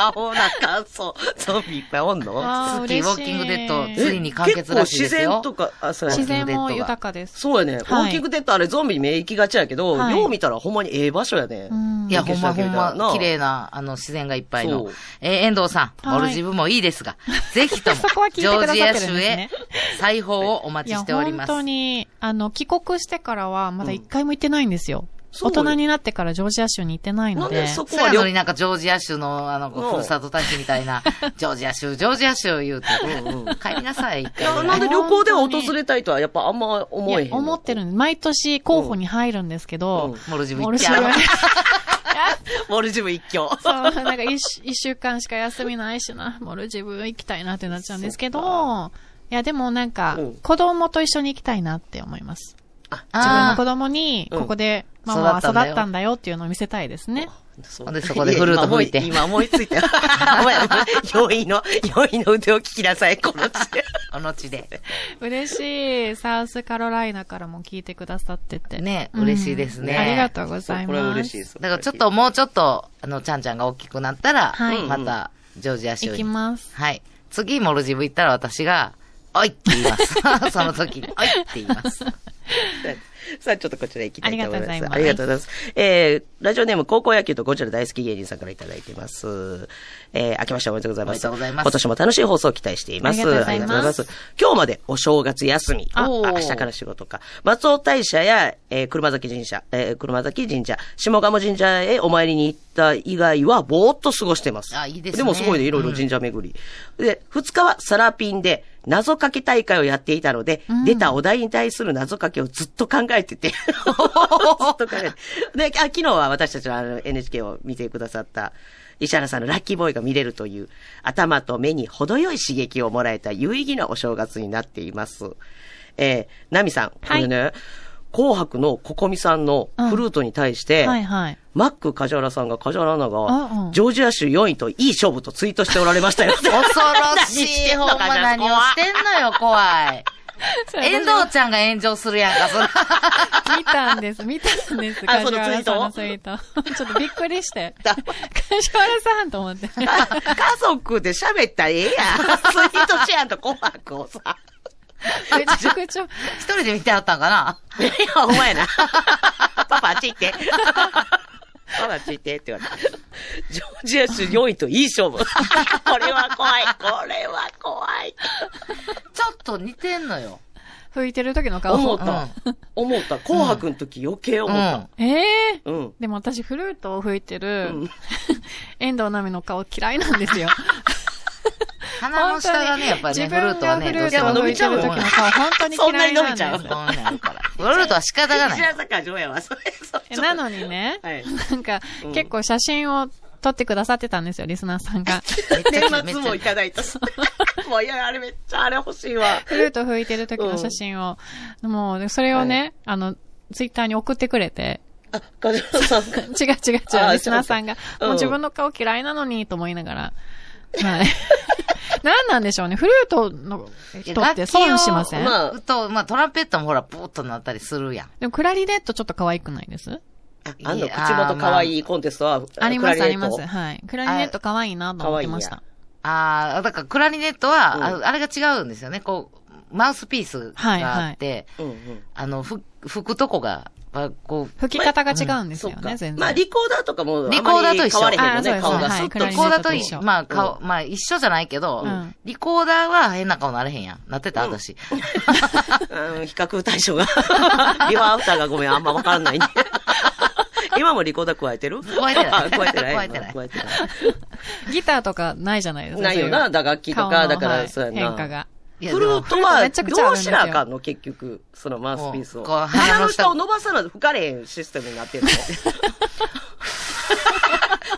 C: アホな感想。ゾンビいっぱいおんの
D: あー
A: 好き、ウ
D: 嬉
A: ォ
D: し
A: ー
D: い
A: キングデッド、
C: え
A: ついに完結らしいですよ。
C: 結構自然とか、あ、そうや
D: 自
C: ね。
D: 然も豊かです。
C: そうやね。ウォ
D: はい
C: ーキングデッドあれゾンビに目行きがちやけど、
D: はい
C: よう見たらほんまにええ場所やね。
D: うん
A: いや、ほ
C: 勉強
A: んま
C: したわけ
A: ほ
C: だ
A: ん
C: な
A: ま、綺麗な、あの、自然がいっぱいの
C: そう。
A: えー、遠藤さん、
D: はい
A: モルジブもいいです が、ぜひとも
D: そこは聞い、て
A: ジ
D: くだ
A: ョ
D: さっ
A: ー
D: て
A: ジ
D: るん
A: ア
D: です
A: 州
D: ね
A: へ、再報をお待
D: い
A: ち
D: や、
A: しております。
D: 本当に、あの、帰国してからは、まだ一回も行ってないんですよ。
C: そう
D: 大人になってからジョージア州に行ってない
C: な
D: の
C: んで
D: で。
C: そこ
A: そう
C: は
A: や
C: 旅
A: のになんか、ジョージア州の、あの、
C: うん
A: ふるさと大使みたい な、ジョージア州、ジョージア州言うて、
C: うんうん
A: 帰りなさい、一回
C: な
A: ぐ
C: な
A: ら
C: ん
A: い。
C: で旅行では訪れたいとはやっぱあんま
D: い
C: 思えへん
D: や、
C: の。
D: 思ってるんです。毎年候補に入るんですけ
C: うん
D: ど、
A: モルジブ
D: も
A: 行
D: う
A: っ
D: 俺
A: ち
D: 知ら
A: ゃう
D: ない。
C: モルジブ一挙。
D: そう、なんか一週一週間しか休みないしな、モルジブ行きたいなってなっちゃうんですけど、いやでもなんか
C: うん、
D: 子供と一緒に行きたいなって思います。自分の
A: あ
D: 子供に、
C: うん
D: ここで、ママは
A: 育
D: 育
A: っんだよ
D: ったたんだよっていうのを見せたいですね。
C: そ
A: ほんでそこでフルート吹いて
C: 今思い今思いついたよ。 おや、4位の、4位の腕を聞きなさい、この地で。
A: あ、おのちで。
D: 嬉しい。サウスカロライナからも聞いてくださってて。
A: ね
D: うん
A: 嬉しいですね
D: ありがとうございます。
C: これは嬉しいです。
A: だからちょっと、もうちょっと、あの、ちゃんちゃんが大きくなったら、
D: はい
A: また、ジョージア州
D: 行き
A: に。
D: ます。
A: はい。次、モルジブ行ったら私が、おいって言います。 その時に、おいって言い ます。
C: さあ、ちょっとこちら行きたいと思います。
D: あ
C: あ
D: り
C: り
D: が
C: がとうご
D: と
C: ざいます。えー、ラジオネーム、高校野球とゴジラ大好き芸人さんからいただいてます。えー、明けましておめでとうございます。
A: おめでとうございます
C: 今年も楽しい放送を期待しています。
D: ありがとうございます
C: ありす今日までお正月休み。
A: あ
C: あ
A: おー
C: 明日から仕事か。松尾大社や、えー、車崎神社、えー、車崎神社、下鴨神社へお参りに行った以外は、ぼーっと過ごしてます。
A: あいいですね
C: でもすごいね、いろいろ神社巡り。で、2日はサラピンで、謎かけ大会をやっていたので、
D: ん
C: 出たお題に対する謎かけをずっと考えてて、ずっと考えて。で、あ昨日は私たちのあの NHK を見てくださった、石原さんのラッキーボーイが見れるという、頭と目に程よい刺激をもらえた有意義なお正月になっています。えー、ナミさん、これね、紅白のココミさんのフルートに対して、
D: はいはい。
C: マック梶原さんが梶原アナ
D: うんう
C: が
D: ん、
C: ジョージア州4位といい勝負とツイートしておられま したよ。
A: 恐ろしい。ほんま何をしてんのよ、怖 い。遠藤ちゃんが炎上するやんか、そら。
D: 見たんです、見たんです。
C: あその
D: 梶原さんのツイート。 ちょっとびっくりして。 梶原さんと思って。
C: 家族で喋ったらええやん。ツイートしやんと紅白をさ。
D: めちゃくちゃ。
A: 一人で見てはったんかない
C: や、お前な。パパ、あっち行って。パパ、あっち行ってって 言われて。ジョージア州4位といい勝負。これは怖い。これは怖い。
A: ちょっと似てんのよ。
D: 吹いてる時の
C: 思
D: 顔
C: っ。た。思った。紅白の時余計
A: う
C: 思った
A: ん。。
D: ええ
C: うん。
D: でも私フルートを吹いてる、
C: うん
D: 遠藤奈美の顔嫌いなんですよ。
A: 鼻の下がね、やっぱりね、
D: 自
A: フル
D: 分
A: ートは
D: が
A: ね、
D: フル
A: どうして
D: ー
A: も
D: ト
A: 伸
D: を吹
A: び
D: い
A: ちゃ
D: て
A: う
D: る
A: もん
D: 時
A: ね
D: の。顔本当に嫌いなんです
C: そんなに伸びちゃう
A: そ
D: よ
A: う。なんから。フルートは仕方がな
C: 石
A: い。
C: 原坂上は、それ、そ
D: えなのにね、
C: はい
D: なんか、
C: うん
D: 結構写真を撮ってくださってたんですよ、リスナーさんが。
A: めっちゃ
C: 年末もいただいた。 もう、いや、あれめっちゃ、あれ欲しいわ。
D: フルート吹いてる時の写真を。もうね、それをね、あの、ツイッターに送ってくれて、
C: あ、梶原さんが。
D: 違う違う違う、リス
C: あ
D: ナーさんが、
C: う
D: も
C: う
D: う
C: ん
D: 自分の顔嫌いなのに、と思いながら。はい。 何なんでしょうね、フルートの人って損しません、
C: 楽器をまあ
A: と、まあ、トランペットもほら、ポーっとなったりするやん。
D: でもクラリネットちょっと可愛くないです
C: ああ
A: い
C: の、
A: や
C: 口元可愛いコンテストは、
D: あります
C: クラ
D: あ
C: リ
D: り
C: ネッ
D: ま
C: ト
D: す。はい。クラリネット可愛いなと思ってました。
A: ああ、だからクラリネットは、
C: う
A: ああれが違うんですよね。こう、マウスピースがあって、
C: うんうん。
A: あの、ふ、吹くとこが、まあこう、
D: 吹き方が違うんです
C: そっ
D: よ
C: か
D: ね、全然。
C: まあ、リコーダーとかも、
A: リコーダーと一緒
C: 変われへんも
D: あ
C: ん
D: そ
C: ね、
D: うです
C: 顔が
D: はい
C: スッ
D: ク
C: と
D: ラ
A: リ
D: リネッ
A: コーダー
D: ト
A: と
D: と一
A: 一
D: 緒
A: 緒。まあ、顔、まあ、一緒じゃないけど、
D: うん
A: リコーダーは変な顔なれへんやん。なってた、 私。
C: うん、比較対象が。リハアフターがごめん、あんまわからない ね。今もリコーダー加えてる
A: 加えてない
C: あ加えてない。
A: 加えてない
C: 加えてな
D: ギターとかないじゃないです
C: い。
D: か。
C: ないよ
D: そう
C: な、
D: う
C: 打楽器と
D: 顔
C: か、
D: の
C: だか
D: は
C: ら、
D: い
C: そうやん
D: 変化
C: な。
D: が。
A: いや
C: フルート
D: フルート
C: は、
D: めちゃくちゃあ
C: ど
D: るん
C: う
D: です
C: し
D: よ
C: なあかんの、結局、そのマウスピースを。
A: もうこう
C: 鼻
A: 鼻
C: の
A: の
C: 下
A: 下
C: を伸ばさないと吹かれへんシステムになってる の。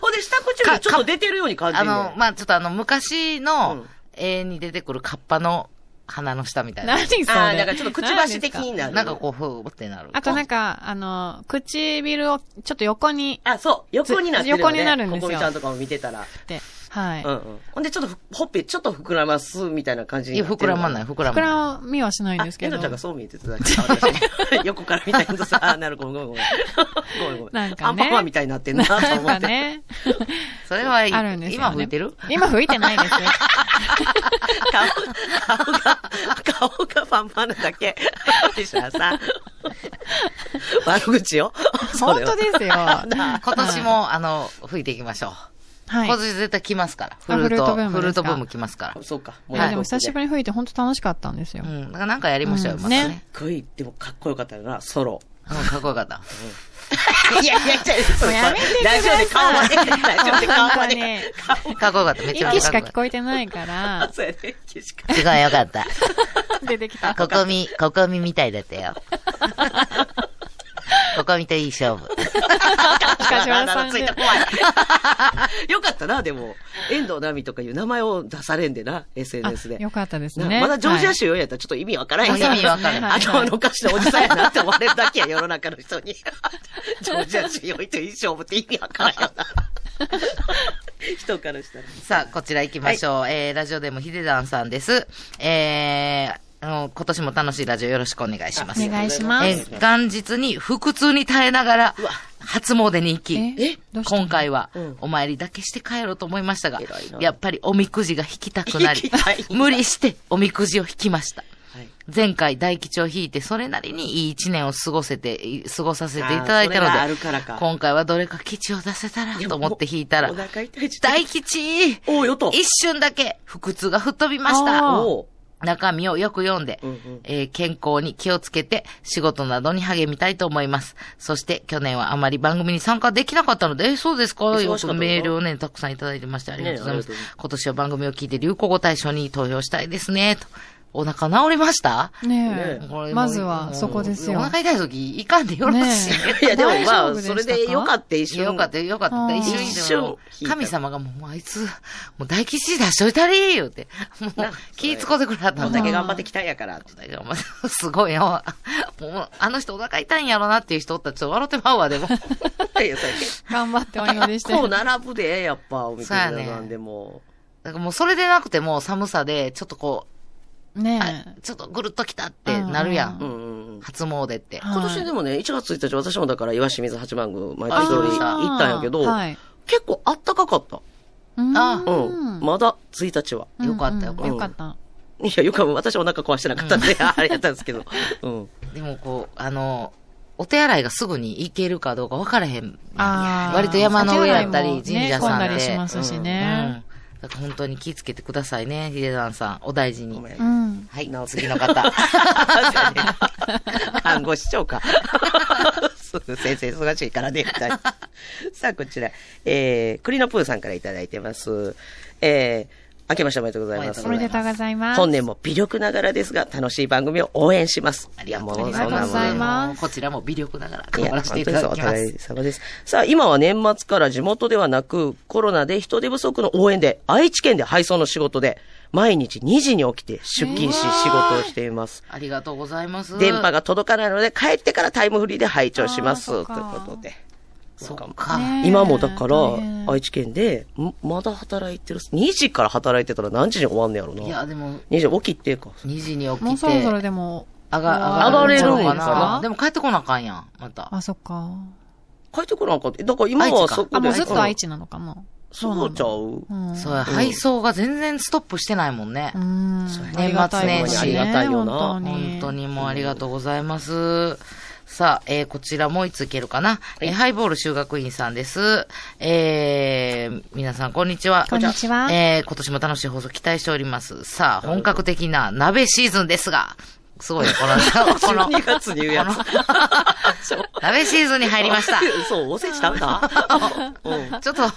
C: ほんで、下唇ちょっと出てるように感じ
A: あ
C: るの。
A: の、まあ、ちょっとあの、昔
C: う
A: の
C: ん、
A: 絵に出てくるカッパの鼻の下みたいな。
D: 何それ
C: ああ、なんかちょっとくちばし的に
D: 何ですか
C: なる。
A: なんかこう、ふーってなる。
D: あとなんか、あの、唇をちょっと横に
C: あ、そう。横になってるよ、ね。
D: 横になるんですよ
C: ここみちゃんとかも見てたら。
D: って、はい。
C: うんうん。ほんで、ちょっとふ、ほっぺ、ちょっと膨らます、みたいな感じ。
A: いや、膨らまないい、膨ら
D: 膨
A: まない。
D: らみはしないん
C: あ、
D: ですけ
C: け
D: ど
C: どちゃ。んがそう見えてただけ。 私横から見たいんださ。あ、なる、ごめんごめんごめん。ごめんごめん。
D: なんかね
C: アンパンマンみたいになってん な、と思って。
D: なんかね、
A: それはいい。
D: あるんですよ、ね。
A: 今吹いてる
D: 今吹いてないですよ。
C: 顔、顔が、顔がパンパンなだけ。石原さん。悪口よ。 そ
D: 本
C: れは
D: 当 ですよ。
A: 今年も、あの、吹いていきましょう。
D: はい
A: 今。年絶対来ますから。フ
D: あ
A: ルート、
D: フルートブームですか
A: フルートブーム来ますから。
C: そうか。
D: い
A: は
D: やでも久しぶりに吹いて本当楽しかったんですよ
A: う。ん。だからなんかやりましょうよ、
D: う
A: ま
D: ん
A: たね。
D: ね
C: り。い、でもかっこよかったよな、ソロ。
A: うん、かっこよかった。
C: いやいやいや、 それ
D: やめてくだ
C: ラジオ
D: さい
C: で顔まで、ラジオで顔ま
D: 本当に
C: で。顔
A: かっこよかった。めっちゃか
D: 息
A: っ
D: し
A: こ
D: か
A: よか
D: 聞
A: っ
D: こえてない から、
C: そうやね、岸君
A: た。すごいよかった。
D: 出てきた。
A: ここみ、ここみみたいだった よ。ここみといい勝負。
D: 梶原さん
C: つい
D: で
C: た怖い。 よかったな、でも。遠藤奈美とかいう名前を出されんでな、SNS で。
D: あよかったです
C: な
D: ね。
C: まだジョージア
D: はい
C: 州4やったらちょっと意味わからへん
A: 意味わからへん
C: あの、あのおかしなおじさんやなって思われるだけや、世の中の人 に。ジョージア州4位といい勝負って意味わからんよな。人からしたら。
A: さあ、こちら行きましょう。えー、ラジオでもヒデダンさんです。えー、あの、今年も楽しいラジオよろしくお願いします。
D: お願いします
A: えー、元日に腹痛に耐えながら
C: わ、
A: 初詣に行き、
D: えどうしたの
A: 今回は
C: うん、
A: お参りだけして帰ろうと思いましたが
C: 偉い、な
A: やっぱりおみくじが引きたくなり
C: 引きたい、
A: 無理しておみくじを引きました。
C: はい。
A: 前回大吉を引いて、それなりにいい一年を過ごせて、い過ごさせていただいた
C: あーそれがあ
A: の
C: る
A: で、
C: からか
A: 今回はどれか吉を出せたらと思って引いたら
C: お、腹痛いし。
A: 大吉
C: おうよと
A: 一瞬だけ腹痛が吹っ飛びまし
D: あー
A: た。
C: おう
A: 中身をよく読んで、
C: うんうん
A: えー健康に気をつけて仕事などに励みたいと思います。そして去年はあまり番組に参加できなかったので、えーそうですか
C: 忙しか
A: よ
C: ったの
A: くメールをね、たくさんいただいてましてありがとうございます。
C: ねありがとうござい
A: 今年は番組を聞いて流行語大賞に投票したいですね、と。お腹治りました
D: ね
C: ね
A: これ
D: まずはそこですよ
A: お腹痛い時、行かんでよろしい。
C: いや、でもま
D: 大丈夫
C: あ、
D: でした
C: そ
D: か
C: れでよかった、一瞬。
A: よかったよ、よかっ
D: あ
A: た。
D: ー
A: 一瞬一瞬
C: 一。瞬
A: 神様がもう、あいつ、もう大吉出しといたり言うて。もう、気ぃつこうてくれはった
C: こ
A: ん
C: ん
A: だ
C: だ
A: け
C: け
A: ど。
C: 頑張ってきたんやから。
A: すごいよ。もう、あの人お腹痛いんやろなっていう人おったらちょっと笑ってまうわ、でも。
C: いやそうやけど
D: 頑張ってお祈りして。
C: こう並ぶで、やっぱ、みたい
A: そう
C: な
A: やね
C: なんでも。
A: なんかもうそれでなくても寒さで、ちょっとこう、
D: ね
A: あちょっとぐるっときたってなるやん。
D: うん
C: うんうんうん。
A: 初詣って。
D: はい
C: 今年でもね、1月1日、私もだから、岩清水八幡宮、毎年通り
A: あ
C: 行ったんやけど、
D: はい。
C: 結構あったかかった。
A: あ
C: うん。まだ1日は。
D: うん
A: よかったよ
D: うんよかった。
C: いや、よく私お腹壊してなかったんで、あれやったんですけど。うん。
A: でもこう、あの、お手洗いがすぐに行けるかどうか分からへん。
D: あー
A: 割と山の上やったり
D: お手洗いも
A: 神
D: ね
A: 社さんで
D: 混だりしますしね。
A: うん。だから本当に気ぃつけてくださいね、ヒデダンさん。お大事に
C: ご。めん
D: う。ん。
A: はい、次の方。
C: 看護師長か。 そう先生忙しいからね、み たいな。さあ、こちら。えー、栗のプーさんからいただいてます。えー、明けましておめでとうございます。
D: おめでとうございます。
C: 本年も微力ながらですが、楽しい番組を応援します。
A: ありがとう
C: い
A: ご
C: や
A: ざい
C: もそん
A: ま
C: な
A: す。
C: もんね
D: ありがとうございます
A: こちらも微力ながら
C: い
A: 頑
C: や
A: 張らせていただき
C: 本当
A: ま
C: にそうお互
A: す
C: い。様です。さあ、今は年末から地元ではなく、コロナで人手不足の応援で、愛知県で配送の仕事で、毎日2時に起きて出勤し仕事をしています。
A: ありがとうございます。
C: 電波が届かないので、帰ってからタイムフリーで拝聴します。
D: あ
C: という
D: ーそっか
C: ことで。
A: そっ
C: なん
A: か。
D: ねえ
C: 今もだから
D: 大変、
C: 愛知県で、んまだ働いてる。2時から働いてたら何時に終わんねやろな。
A: いや、でも、
C: 2時起きてか。
A: 2時に起きて。
D: もうそろそろでも、
A: 上が、
C: 上がれるん
A: の
C: かな
A: でも帰ってこなあかんやん、また。
D: あ、そっか。
C: 帰ってこなあかんって。だから今はそこで。
D: あ、もうずっと愛
C: 知。
D: 知なのかも。
C: そうちゃう。
D: うん。
A: そうや、配送が全然ストップしてないもんね
D: う。ん。
A: そうやね
D: ありがたいこと
A: 年末年始
D: ね
A: あり
C: がたいよな
D: 本当
A: 本
D: に。
A: 当にもうありがとうございます。さあ、えーこちらもういついけるかな、えーハイボール修学院さんです。えー皆さんこんにちは。
D: こんにちは
A: えー今年も楽しい放送期待しております。さあ、本格的な鍋シーズンですが、すごいね、こ の、この
C: 12、月に言うやつ。そう
A: 鍋シーズンに入りました。
C: そう、おせち食べたうん。
A: ちょっと、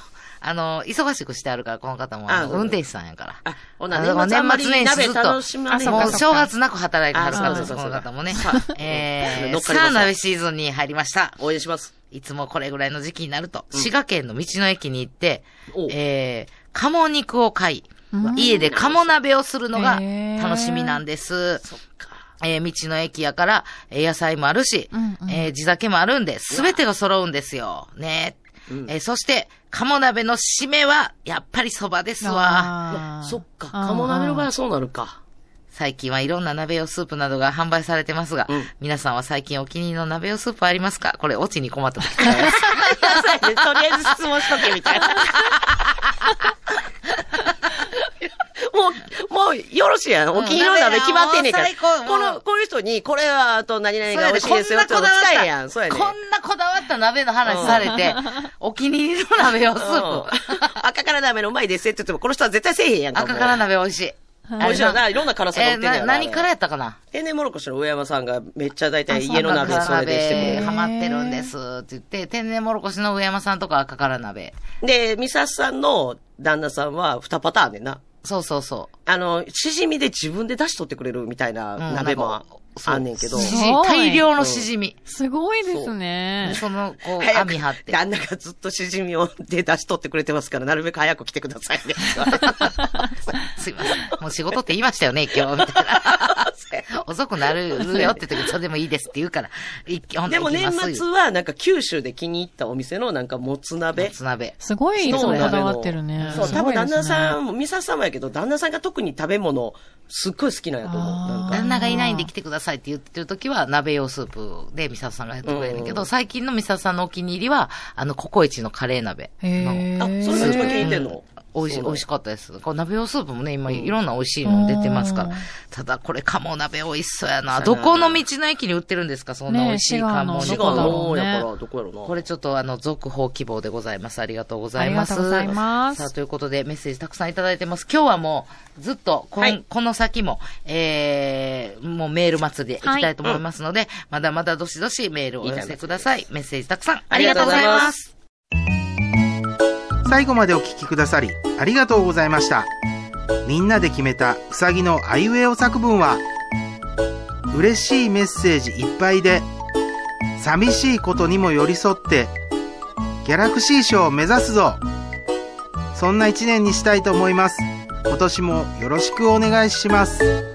A: あの、忙しくしてあるから、この方も、あ
C: あ
A: の
C: そう
A: 運転手さんやから。
C: あほな
A: あの
C: 年末あんまり
A: ずっ
C: 鍋楽しまれへん
A: と、も
D: あそう
A: う
D: か
A: 正月なく働いてはるから
C: あ
A: で
C: そう
A: す、
C: か
A: こ
C: そ
A: の
C: うか
A: 方もね
C: そうか。
A: え
C: 乗
A: ー、
C: っかり
A: さ
C: ましょ
A: あ、
C: う
A: 鍋シーズンに入りました。
C: 応援します。
A: いつもこれぐらいの時期になると、滋賀県の道の駅に行って
C: お、
A: えー、鴨肉を買い、家で鴨鍋をするのが楽しみなんです。えー道の駅やから、えー野菜もあるし、
D: うんうん
A: えー地酒もあるんで、すべてが揃うんですよ。ね、えーそして、鴨鍋の締めは、やっぱり蕎麦ですわ。
D: あー
C: そっか。鴨鍋の場合はそうなるか。
A: 最近はいろんな鍋用スープなどが販売されてますが、
C: うん
A: 皆さんは最近お気に入りの鍋用スープありますかこれ、オチに困った時から
C: とりあえず質問しとけ、みたいな。もう、もう、よろしいやん。お気に入りの鍋決まってんねんから
A: うん鍋はもう最。高
C: こ
A: も
C: の、
A: う
C: こういう人に、これは、あと何々が美味しいですよって
A: こんなこだ
C: 使え
A: わ
C: や
A: っ
C: ん。そ
A: た、
C: うやね。
A: こんなこだわった鍋の話されて、お気に入りの鍋用スープ。
C: うん赤から鍋のうまいですって言っても、この人は絶対せえへんやんか。
A: 赤から
C: 鍋。
A: 鍋美味しい。
C: 美味しいよな。いろんな辛さが売
A: えー
C: ってんね
A: な、
C: やなあれ
A: 何からやったかな
C: 天然モロコシの上山さんがめっちゃ大体
D: あ
C: 家の鍋
A: 赤
C: それでして
A: から鍋
C: くれる。
A: ハマってるんですって言って、天然もろこしの上山さんとか赤から鍋。
C: で、ミサさんの旦那さんは2パターンでな。
A: そうそうそう。
C: あの、しじみで自分で出し取ってくれるみたい
A: うん
C: な鍋も
A: なん
C: あ
A: か
C: あんねんけど。
A: し
D: そ
A: じ
D: う
A: み
D: すごい
A: 大量のしじみ。
D: すごいですね。
A: その、こう、
C: 早く
A: 網張って。
C: 旦那がずっとしじみをで出し取ってくれてますから、なるべく早く来てくださいね。
A: すいません。もう仕事って言いました よね、今日、みたいな。遅くなるよって時、それでもいいですって言うから。いほん
C: で
A: なら
C: も
A: 行き
C: 年
A: ます
C: 末はなんか九州で気に入ったお店のなんかもつ鍋。
A: つ鍋。
D: すごい、
C: の
D: こ
C: 鍋の
D: だわってるね。
C: そう、多分旦那
D: ん。
C: さんも、ミサさんもやけど、旦那さんが特に食べ物、すっごい好きなんやと思う。
D: あー
C: なんか。
A: 旦那がいないんで来てくださいって言ってる時は、鍋用スープでミサさんがやってくれるんだけど、最近のミサさんのお気に入りは、あの、ココイチのカレー鍋の。
D: へー
C: あ、それが一番気に入ってんの
A: 美味しい、
C: そう
A: 美味しかったです。こう鍋用スープもね、今いろんな美味しいの出てますから。ただこれ、鴨鍋美味しそうやな。
C: そう
A: ど
C: やな
A: この道の駅に売ってるんですかそんな美味しい鴨
D: ねえ
C: 滋
A: 肉
D: 賀
C: 賀
D: の
C: の、やから、どこやろうな。
A: これちょっとあの、続報希望でございます。ありがとうございます。
D: ありがとうございます
A: さあ、ということでメッセージたくさんいただいてます。今日はもう、ずっとこん、
C: はい
A: この先も、えー、もうメール祭りでいきたいと思いますので、まだまだどしどしメールをお寄せください。メッセージたくさんありがとうござい
C: ありがとう
A: ま。
C: ございます
B: 最後までお聞きくださりありがとうございましたみんなで決めたうさぎのあいうえお作文は嬉しいメッセージいっぱいで寂しいことにも寄り添ってギャラクシー賞を目指すぞそんな一年にしたいと思います今年もよろしくお願いします